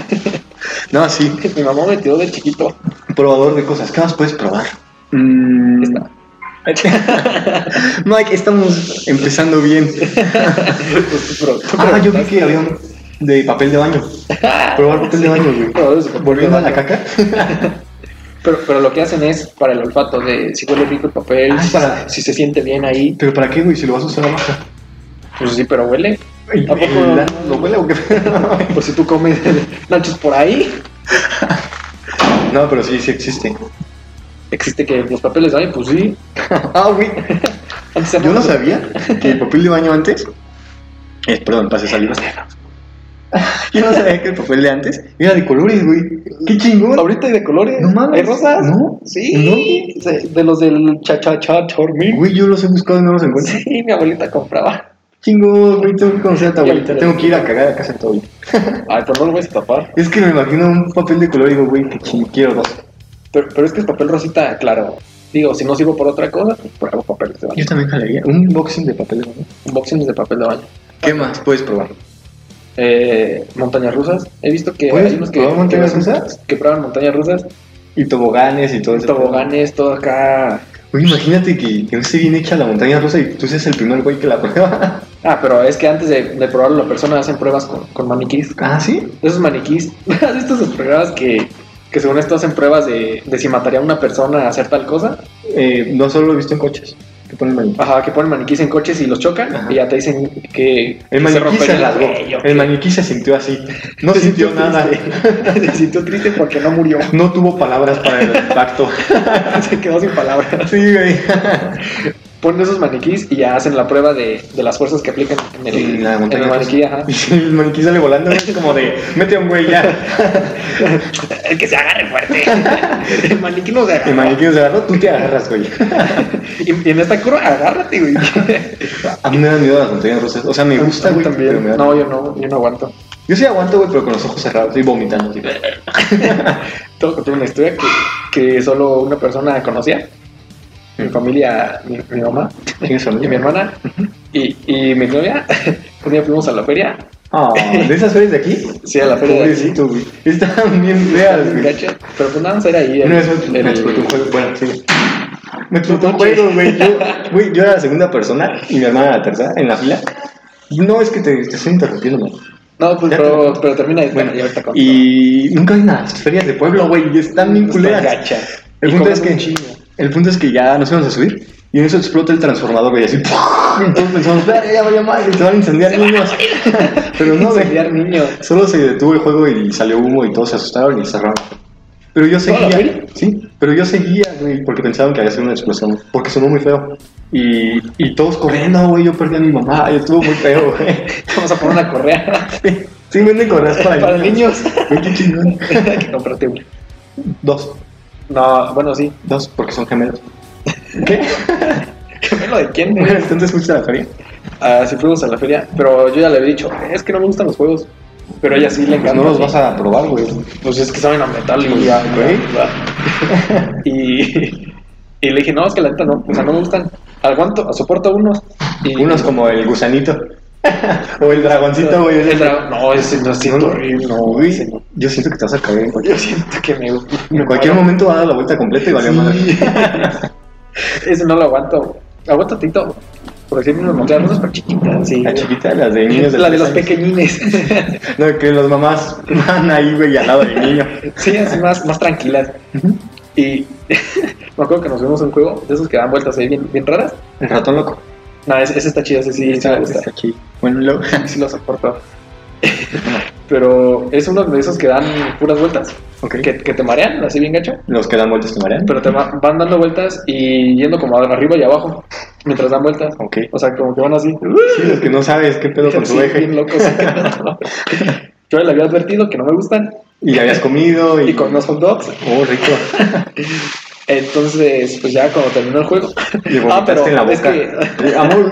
[SPEAKER 3] no, sí,
[SPEAKER 2] Mi mamá me tiró de chiquito.
[SPEAKER 3] probador de cosas. ¿Qué más puedes probar? Mm,
[SPEAKER 2] Esta.
[SPEAKER 3] Mike, estamos empezando bien.
[SPEAKER 2] Pero,
[SPEAKER 3] Ah, yo vi que había un de papel de baño. Probar papel de baño, güey.
[SPEAKER 2] Pero, eso,
[SPEAKER 3] Volviendo a la caca.
[SPEAKER 2] pero, pero lo que hacen es para el olfato de si huele rico el papel,
[SPEAKER 3] Ah,
[SPEAKER 2] si-
[SPEAKER 3] para-
[SPEAKER 2] si se siente bien ahí.
[SPEAKER 3] ¿Pero para qué, güey? Si lo vas a usar abajo.
[SPEAKER 2] Pues sí, pero huele.
[SPEAKER 3] ¿Y
[SPEAKER 2] ¿A poco
[SPEAKER 3] el ano ¿Lo huele o qué?
[SPEAKER 2] Por Pues si tú comes nachos por ahí,
[SPEAKER 3] no, pero sí, sí existe.
[SPEAKER 2] existe que los papeles hay, pues sí.
[SPEAKER 3] ah, güey.
[SPEAKER 2] Antes se
[SPEAKER 3] Yo no sabía que el papel de baño antes. eh, perdón, pase saliva. Yo no sabía que el papel de antes era de colores, güey. ¡Qué chingón!
[SPEAKER 2] Ahorita hay de colores.
[SPEAKER 3] No mames.
[SPEAKER 2] ¿Hay rosas?
[SPEAKER 3] No.
[SPEAKER 2] Sí. se- De los del cha cha cha chormín.
[SPEAKER 3] Güey, yo los he buscado y no los encuentro.
[SPEAKER 2] Sí, mi abuelita compraba.
[SPEAKER 3] Chingón, güey, tengo que conocer a tu
[SPEAKER 2] Ya,
[SPEAKER 3] abuelita.
[SPEAKER 2] pero-
[SPEAKER 3] Tengo que ir a cagar a casa de tu abuelita.
[SPEAKER 2] Ay, pero no lo voy a tapar.
[SPEAKER 3] Es que me imagino un papel de color y digo, güey, qué chingón, quiero dos.
[SPEAKER 2] Pero, pero es que es papel rosita, claro. Digo, si no sirvo por otra cosa, pues pruebo papeles de baño.
[SPEAKER 3] Yo también jalaría un boxing de papel de baño.
[SPEAKER 2] Unboxings de papel de baño.
[SPEAKER 3] ¿Qué más puedes probar?
[SPEAKER 2] Eh, montañas rusas. He visto que
[SPEAKER 3] ¿Puedes
[SPEAKER 2] hay unos que.
[SPEAKER 3] probar montañas
[SPEAKER 2] que-
[SPEAKER 3] rusas? Pues,
[SPEAKER 2] Que prueban montañas rusas.
[SPEAKER 3] Y toboganes y todo eso.
[SPEAKER 2] Toboganes, todo acá.
[SPEAKER 3] Güey, imagínate que, que no esté bien hecha la montaña rusa y tú seas el primer güey que la prueba.
[SPEAKER 2] Ah, pero es que antes de, de probarlo, las personas hacen pruebas con, con maniquís.
[SPEAKER 3] ¿Ah, sí?
[SPEAKER 2] Esos maniquís. ¿Has visto esos programas que, que según esto hacen pruebas de, de si mataría a una persona a hacer tal cosa?
[SPEAKER 3] Eh, no solo lo he visto en coches. Que ponen maniquí.
[SPEAKER 2] Ajá, que ponen maniquís en coches y los chocan
[SPEAKER 3] Ajá.
[SPEAKER 2] y ya te dicen que que se
[SPEAKER 3] El maniquí se
[SPEAKER 2] rompería
[SPEAKER 3] rasgó.
[SPEAKER 2] cuello.
[SPEAKER 3] El maniquí se sintió así. No
[SPEAKER 2] Se
[SPEAKER 3] sintió
[SPEAKER 2] sintió
[SPEAKER 3] nada.
[SPEAKER 2] Se sintió triste porque no murió.
[SPEAKER 3] No tuvo palabras para el impacto.
[SPEAKER 2] Se quedó sin palabras.
[SPEAKER 3] Sí, güey.
[SPEAKER 2] Ponen esos maniquís y ya hacen la prueba de, de las fuerzas que aplican en el,
[SPEAKER 3] En la
[SPEAKER 2] en
[SPEAKER 3] montaña
[SPEAKER 2] el
[SPEAKER 3] rusa.
[SPEAKER 2] maniquí. Ajá.
[SPEAKER 3] Y si el maniquí sale volando, es como de, mete a un güey ya.
[SPEAKER 2] El que se agarre fuerte. El maniquí no se
[SPEAKER 3] El
[SPEAKER 2] agarra.
[SPEAKER 3] maniquí no se agarró, tú te agarras, güey.
[SPEAKER 2] Y, y en esta curva, agárrate, güey.
[SPEAKER 3] A mí me dan miedo las montañas rusas. O sea, me gusta,
[SPEAKER 2] A mí
[SPEAKER 3] güey. pero
[SPEAKER 2] también.
[SPEAKER 3] me dan-
[SPEAKER 2] No, yo no, yo no aguanto.
[SPEAKER 3] Yo sí aguanto, güey, pero con los ojos cerrados y vomitando. así.
[SPEAKER 2] Tengo que contar una historia que, que solo una persona conocía. Mi
[SPEAKER 3] Mm.
[SPEAKER 2] familia, mi- mi mamá.
[SPEAKER 3] ¿Tienes
[SPEAKER 2] y mi
[SPEAKER 3] familia?
[SPEAKER 2] hermana y, y mi novia. Un día fuimos a la feria.
[SPEAKER 3] Ah, ¿De esas ferias de aquí?
[SPEAKER 2] Sí, a la feria de aquí.
[SPEAKER 3] Pobrecito, güey. Están bien feas, güey.
[SPEAKER 2] gacha, Pero pues nada más era ahí.
[SPEAKER 3] Una
[SPEAKER 2] el-
[SPEAKER 3] vez me,
[SPEAKER 2] el-
[SPEAKER 3] me explotó un juego. Bueno, sí. Me explotó un juego, güey. Yo, güey, yo era la segunda persona y mi hermana la tercera en la fila. No, es que te, te estoy interrumpiendo, güey.
[SPEAKER 2] No, pues,
[SPEAKER 3] Ya
[SPEAKER 2] pero, pero termina ahí.
[SPEAKER 3] Bueno,
[SPEAKER 2] y ahorita cuento.
[SPEAKER 3] y nunca hay nada. Ferias de pueblo, güey. y Están bien
[SPEAKER 2] Está
[SPEAKER 3] culeras.
[SPEAKER 2] gacha.
[SPEAKER 3] El
[SPEAKER 2] Y
[SPEAKER 3] punto, es
[SPEAKER 2] comen
[SPEAKER 3] que,
[SPEAKER 2] un chingo.
[SPEAKER 3] el punto es que ya nos íbamos a subir y en eso explota el transformador, güey. Así, ¡pum! y todos pensamos, "Verga, ya vaya mal, se van a incendiar niños. Pero no, güey.
[SPEAKER 2] Incendiar niños.
[SPEAKER 3] Solo se detuvo el juego y salió humo y todos se asustaron y cerraron. Pero yo
[SPEAKER 2] ¿Toda la feria?
[SPEAKER 3] seguía, sí, pero yo seguía, güey, porque pensaban que había sido una explosión, porque sonó muy feo. Y, y todos corriendo, güey, yo perdí a mi mamá, y estuvo muy feo, güey.
[SPEAKER 2] Vamos a poner una correa
[SPEAKER 3] Sí, venden correas para,
[SPEAKER 2] para niños.
[SPEAKER 3] Güey, qué chingón.
[SPEAKER 2] Hay que comprarte una.
[SPEAKER 3] Dos,
[SPEAKER 2] No, bueno, sí.
[SPEAKER 3] dos, porque son gemelos. ¿Qué?
[SPEAKER 2] ¿Lo de quién? güey?
[SPEAKER 3] Entonces fuiste a la feria.
[SPEAKER 2] Ah, sí fuimos a la feria, pero yo ya le había dicho, es que no me gustan los juegos. Pero a ella sí le
[SPEAKER 3] Pues
[SPEAKER 2] encanta.
[SPEAKER 3] no los vas a probar, güey.
[SPEAKER 2] Pues es que saben a metal y
[SPEAKER 3] Pues,
[SPEAKER 2] ya,
[SPEAKER 3] güey.
[SPEAKER 2] ya. Y, y le dije, no, es que la neta no, o sea, no me gustan. Aguanto, soporto unos. Y
[SPEAKER 3] Unos como el gusanito. o el dragoncito, güey.
[SPEAKER 2] El dragón- No, ese no siento horrible, no,
[SPEAKER 3] Güey,
[SPEAKER 2] ese no.
[SPEAKER 3] Yo siento que te vas a caer en cualquier,
[SPEAKER 2] Yo siento que me. me
[SPEAKER 3] en cualquier
[SPEAKER 2] muero.
[SPEAKER 3] momento va a dar la vuelta completa y valió
[SPEAKER 2] Sí.
[SPEAKER 3] madre.
[SPEAKER 2] Ese no lo aguanto. Aguanta tantito. Por ejemplo, las montañas rusas para chiquitas. Sí.
[SPEAKER 3] La chiquita, las de niños.
[SPEAKER 2] la de
[SPEAKER 3] tres
[SPEAKER 2] los
[SPEAKER 3] años.
[SPEAKER 2] pequeñines.
[SPEAKER 3] No, que los mamás van ahí, güey, al lado del niño.
[SPEAKER 2] sí, así más, más tranquilas. Y me acuerdo que nos vimos un juego de esos que dan vueltas ahí bien, bien raras.
[SPEAKER 3] El ratón loco.
[SPEAKER 2] No, ese, ese está chido, ese sí, sí me gusta.
[SPEAKER 3] aquí. Bueno, luego.
[SPEAKER 2] Sí lo soporto. Pero es uno de esos que dan puras vueltas,
[SPEAKER 3] Ok.
[SPEAKER 2] que, que te marean, así bien gacho.
[SPEAKER 3] Los que dan vueltas te marean.
[SPEAKER 2] Pero te va- van dando vueltas y yendo como arriba y abajo mientras dan vueltas.
[SPEAKER 3] Ok.
[SPEAKER 2] O sea, como que van así.
[SPEAKER 3] Sí, los que no sabes qué pedo con su
[SPEAKER 2] Sí,
[SPEAKER 3] eje.
[SPEAKER 2] bien locos. Yo le había advertido que no me gustan
[SPEAKER 3] Y ya habías comido y.
[SPEAKER 2] y con los hot dogs.
[SPEAKER 3] Oh, rico.
[SPEAKER 2] Entonces, pues ya cuando terminó el juego.
[SPEAKER 3] Y
[SPEAKER 2] ah, pero
[SPEAKER 3] vomitaste en la
[SPEAKER 2] es
[SPEAKER 3] boca.
[SPEAKER 2] que.
[SPEAKER 3] Eh, Amor.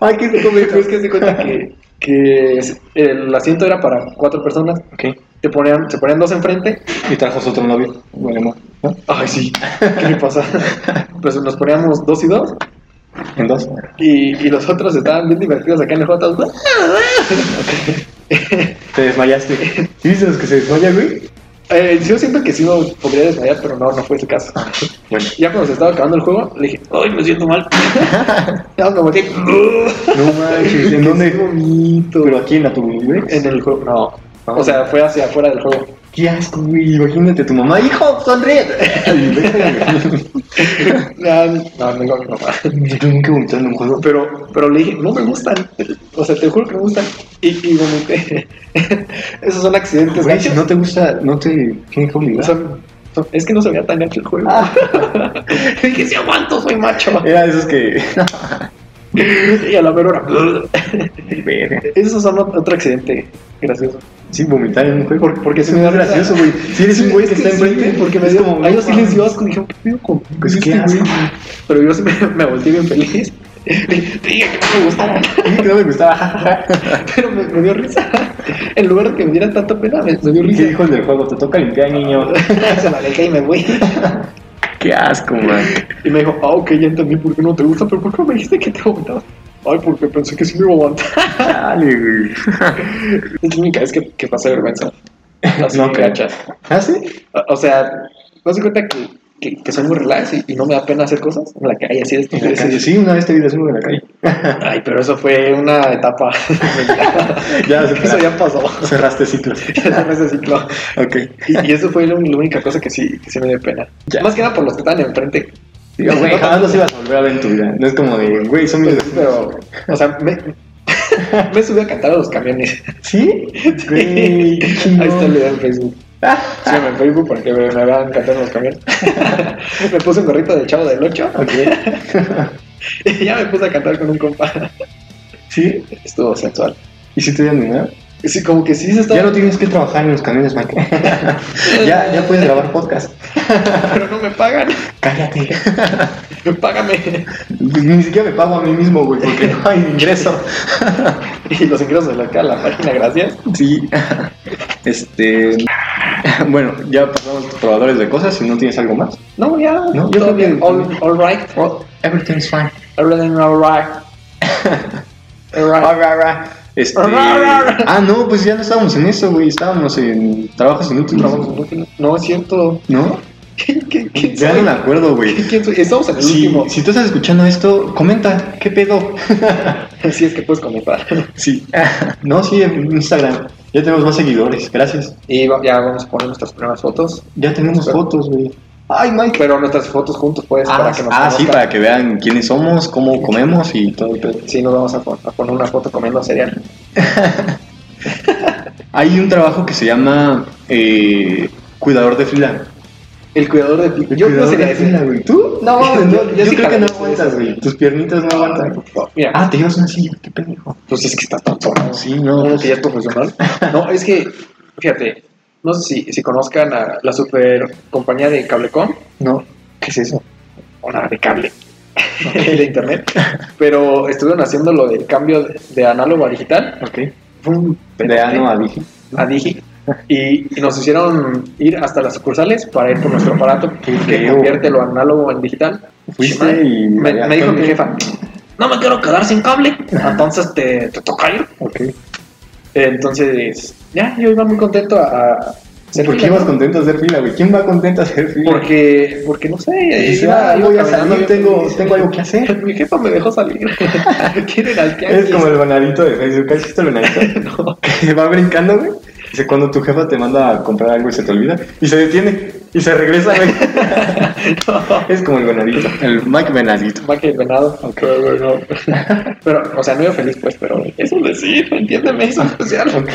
[SPEAKER 3] Ay, qué rico me
[SPEAKER 2] Pero es que se cuenta que, que es- el asiento era para cuatro personas.
[SPEAKER 3] Ok.
[SPEAKER 2] Te ponían, se ponían dos enfrente.
[SPEAKER 3] Y trajo su otro novio. Bueno, amor. ¿No?
[SPEAKER 2] Ay, sí. ¿Qué le pasa? Pues nos poníamos dos y dos.
[SPEAKER 3] En dos.
[SPEAKER 2] Y, y los otros estaban bien divertidos acá en el juego. todos,
[SPEAKER 3] Te desmayaste. ¿Sí viste los que se desmayan, güey?
[SPEAKER 2] Eh, yo siento que sí me podría desmayar, pero no, no fue el caso.
[SPEAKER 3] Bueno.
[SPEAKER 2] Ya cuando se estaba acabando el juego, le dije, ay, me siento mal. ya me volteé.
[SPEAKER 3] No manches, ¿en
[SPEAKER 2] Qué
[SPEAKER 3] dónde?
[SPEAKER 2] bonito.
[SPEAKER 3] Pero aquí en la tu güey.
[SPEAKER 2] En el juego, no. O sea, fue hacia afuera del juego.
[SPEAKER 3] Qué asco, güey. Imagínate tu mamá, hijo, sonríe. Ay, déjame.
[SPEAKER 2] Ya, No, no digo a mi mamá.
[SPEAKER 3] Yo tengo que vomitar en un juego.
[SPEAKER 2] Pero, pero le dije, no me gustan. O sea, te juro que no me gustan. Y, y vomité. Esos son accidentes,
[SPEAKER 3] Güey, si
[SPEAKER 2] gachos.
[SPEAKER 3] no te gusta, no te tienes que
[SPEAKER 2] O
[SPEAKER 3] obligar.
[SPEAKER 2] sea, no, es que no se veía tan gacho el juego.
[SPEAKER 3] Ah.
[SPEAKER 2] Le dije, si aguanto, soy macho.
[SPEAKER 3] Era de esos que.
[SPEAKER 2] y a la mera hora.
[SPEAKER 3] Verga.
[SPEAKER 2] Esos son ot- otro accidente gracioso.
[SPEAKER 3] Sí, vomitar en un juego.
[SPEAKER 2] Por- porque
[SPEAKER 3] es
[SPEAKER 2] se me da
[SPEAKER 3] muy
[SPEAKER 2] risa.
[SPEAKER 3] gracioso, güey. Si eres un güey que está enfrente,
[SPEAKER 2] porque me
[SPEAKER 3] es
[SPEAKER 2] dio
[SPEAKER 3] como,
[SPEAKER 2] A
[SPEAKER 3] no
[SPEAKER 2] ellos sí les dio asco. Dije, ¿qué pedo con
[SPEAKER 3] Pues,
[SPEAKER 2] este
[SPEAKER 3] qué
[SPEAKER 2] güey?"
[SPEAKER 3] asco, güey.
[SPEAKER 2] Pero yo sí me, me volteé bien feliz. Le dije, Te dije que no me gustara.
[SPEAKER 3] mames, que no me gustaba. jajaja.
[SPEAKER 2] Pero me, me dio risa. En lugar de que me diera tanta pena, me, me dio
[SPEAKER 3] ¿Y
[SPEAKER 2] risa.
[SPEAKER 3] qué dijo el del juego? Te toca limpiar, niño.
[SPEAKER 2] Se la dejé y me voy.
[SPEAKER 3] Qué asco, man.
[SPEAKER 2] Y me dijo, ah, ok, ya entendí por qué no te gusta, pero ¿por qué no me dijiste que te gustaba? Ay, porque pensé que sí me iba a aguantar.
[SPEAKER 3] Dale, güey.
[SPEAKER 2] Es la única vez que, que pasé vergüenza. Así
[SPEAKER 3] No,
[SPEAKER 2] no,
[SPEAKER 3] creo.
[SPEAKER 2] gacha.
[SPEAKER 3] ¿Ah, sí?
[SPEAKER 2] O- O sea, no se cuenta que, que, que soy muy relax y, y no me da pena hacer cosas en la calle, así de
[SPEAKER 3] En la
[SPEAKER 2] estupideces.
[SPEAKER 3] calle. Sí, una vez te vi desnudo en la calle.
[SPEAKER 2] Ay, pero eso fue una etapa.
[SPEAKER 3] Ya, se
[SPEAKER 2] eso ya pasó.
[SPEAKER 3] Cerraste ciclos.
[SPEAKER 2] Eso no es de ciclo.
[SPEAKER 3] Ok.
[SPEAKER 2] Y, y eso fue lo- la única cosa que sí, que sí me dio pena.
[SPEAKER 3] Ya.
[SPEAKER 2] Más que nada por los que estaban enfrente.
[SPEAKER 3] Digo, güey,
[SPEAKER 2] No,
[SPEAKER 3] jamás los ibas a volver a ver en tu vida. No es como de, güey, son mis
[SPEAKER 2] Pero, pero, o sea, me, me subí a cantar a los camiones.
[SPEAKER 3] ¿Sí? Güey, qué chingón.
[SPEAKER 2] Ahí está el video en Facebook.
[SPEAKER 3] Ah,
[SPEAKER 2] Síganme en Facebook porque me, me van a cantar en los camiones. me puse un gorrito del chavo del 8
[SPEAKER 3] ok.
[SPEAKER 2] y ya me puse a cantar con un compa.
[SPEAKER 3] ¿Sí?
[SPEAKER 2] Estuvo sensual.
[SPEAKER 3] ¿Y si te dieron dinero?
[SPEAKER 2] Sí, como que sí se estaba.
[SPEAKER 3] Ya no tienes que trabajar en los camiones, Mike. ya, ya puedes grabar podcast.
[SPEAKER 2] pero no me pagan.
[SPEAKER 3] Cállate.
[SPEAKER 2] Págame.
[SPEAKER 3] Ni siquiera me pago a mí mismo, güey, porque no hay ingreso.
[SPEAKER 2] Y los ingresos de la cara, la página, gracias.
[SPEAKER 3] Sí. Este. Bueno, ya pasamos probadores de cosas. Si no tienes algo más,
[SPEAKER 2] No, ya. todo
[SPEAKER 3] No, yo creo que-
[SPEAKER 2] bien. All, all right.
[SPEAKER 3] well, everything's fine.
[SPEAKER 2] Everything all right. All right.
[SPEAKER 3] Ah, Ra, ra, ra. Este...
[SPEAKER 2] Ra, ra, ra.
[SPEAKER 3] Ah, no, pues ya no estábamos en eso, güey. Estábamos en trabajos inútiles.
[SPEAKER 2] Trabajos inútiles. No, es cierto.
[SPEAKER 3] ¿No?
[SPEAKER 2] ¿Quién, quién, quién
[SPEAKER 3] Ya no
[SPEAKER 2] soy?
[SPEAKER 3] me acuerdo, güey.
[SPEAKER 2] ¿Quién soy? Estamos en el
[SPEAKER 3] Si,
[SPEAKER 2] último.
[SPEAKER 3] si tú estás escuchando esto, comenta, ¿qué pedo?
[SPEAKER 2] Si es que puedes comentar.
[SPEAKER 3] sí. No, sí, en Instagram. Ya tenemos más seguidores, gracias.
[SPEAKER 2] Y va- ya vamos a poner nuestras primeras fotos.
[SPEAKER 3] Ya tenemos
[SPEAKER 2] Pero-
[SPEAKER 3] fotos, güey. Ay, Mike.
[SPEAKER 2] Pero nuestras fotos juntos, pues,
[SPEAKER 3] Ah,
[SPEAKER 2] para que nos
[SPEAKER 3] ah, sí,
[SPEAKER 2] conozcan.
[SPEAKER 3] para que vean quiénes somos, cómo comemos y todo el pedo.
[SPEAKER 2] pues, Sí, nos vamos a, pon- a poner una foto comiendo cereal.
[SPEAKER 3] Hay un trabajo que se llama eh, Cuidador de fila.
[SPEAKER 2] El cuidador de ti.
[SPEAKER 3] El
[SPEAKER 2] Yo no
[SPEAKER 3] cuidador
[SPEAKER 2] sería
[SPEAKER 3] de
[SPEAKER 2] ese.
[SPEAKER 3] fila, güey. ¿Tú? No, mames, no,
[SPEAKER 2] Yo- yo
[SPEAKER 3] yo,
[SPEAKER 2] sí
[SPEAKER 3] creo que no
[SPEAKER 2] jalaría
[SPEAKER 3] aguantas,
[SPEAKER 2] eso.
[SPEAKER 3] güey. Tus piernitas no aguantan.
[SPEAKER 2] Mira,
[SPEAKER 3] Ah, te llevas una silla, qué pendejo.
[SPEAKER 2] pues es que está tan zorro.
[SPEAKER 3] Sí, no.
[SPEAKER 2] uno que ya es profesional. No, es que, fíjate, no sé si, si conozcan a la super compañía de Cablecom,
[SPEAKER 3] No. ¿Qué es eso?
[SPEAKER 2] o nada de cable, de internet, pero eh, estuvieron haciendo lo del cambio de, de análogo a digital
[SPEAKER 3] Ok.
[SPEAKER 2] fue un
[SPEAKER 3] De ano a dije.
[SPEAKER 2] a Digi y, y nos hicieron ir hasta las sucursales para ir por nuestro aparato que que
[SPEAKER 3] feo.
[SPEAKER 2] convierte lo análogo en digital.
[SPEAKER 3] Fuiste
[SPEAKER 2] Madre,
[SPEAKER 3] y-
[SPEAKER 2] me, me dijo mi jefa, no me quiero quedar sin cable, entonces te, te toca ir.
[SPEAKER 3] Ok.
[SPEAKER 2] Entonces, ya, yo iba muy contento a, a hacer
[SPEAKER 3] ¿Por qué
[SPEAKER 2] fila,
[SPEAKER 3] ibas
[SPEAKER 2] ¿no?
[SPEAKER 3] contento a hacer fila, güey? ¿Quién va contento a hacer fila?
[SPEAKER 2] Porque, porque no sé,
[SPEAKER 3] Dice,
[SPEAKER 2] iba,
[SPEAKER 3] "Ah,
[SPEAKER 2] iba
[SPEAKER 3] voy a
[SPEAKER 2] caminando
[SPEAKER 3] salir,
[SPEAKER 2] y-
[SPEAKER 3] tengo- tengo algo que hacer.
[SPEAKER 2] Mi jefa me dejó salir. Quieren al
[SPEAKER 3] Es
[SPEAKER 2] tianguis.
[SPEAKER 3] como el banadito de Facebook. ¿Has visto el banadito?
[SPEAKER 2] No.
[SPEAKER 3] Que va brincando, güey. Dice, cuando tu jefa te manda a comprar algo y se te olvida, y se detiene, y se regresa, güey.
[SPEAKER 2] No.
[SPEAKER 3] es como el venadito, el Mike venadito.
[SPEAKER 2] más que el venado.
[SPEAKER 3] Ok.
[SPEAKER 2] Pero, bueno, pero, o sea, no iba feliz, pues, pero es un decir, entiéndeme, es un especial.
[SPEAKER 3] Ok.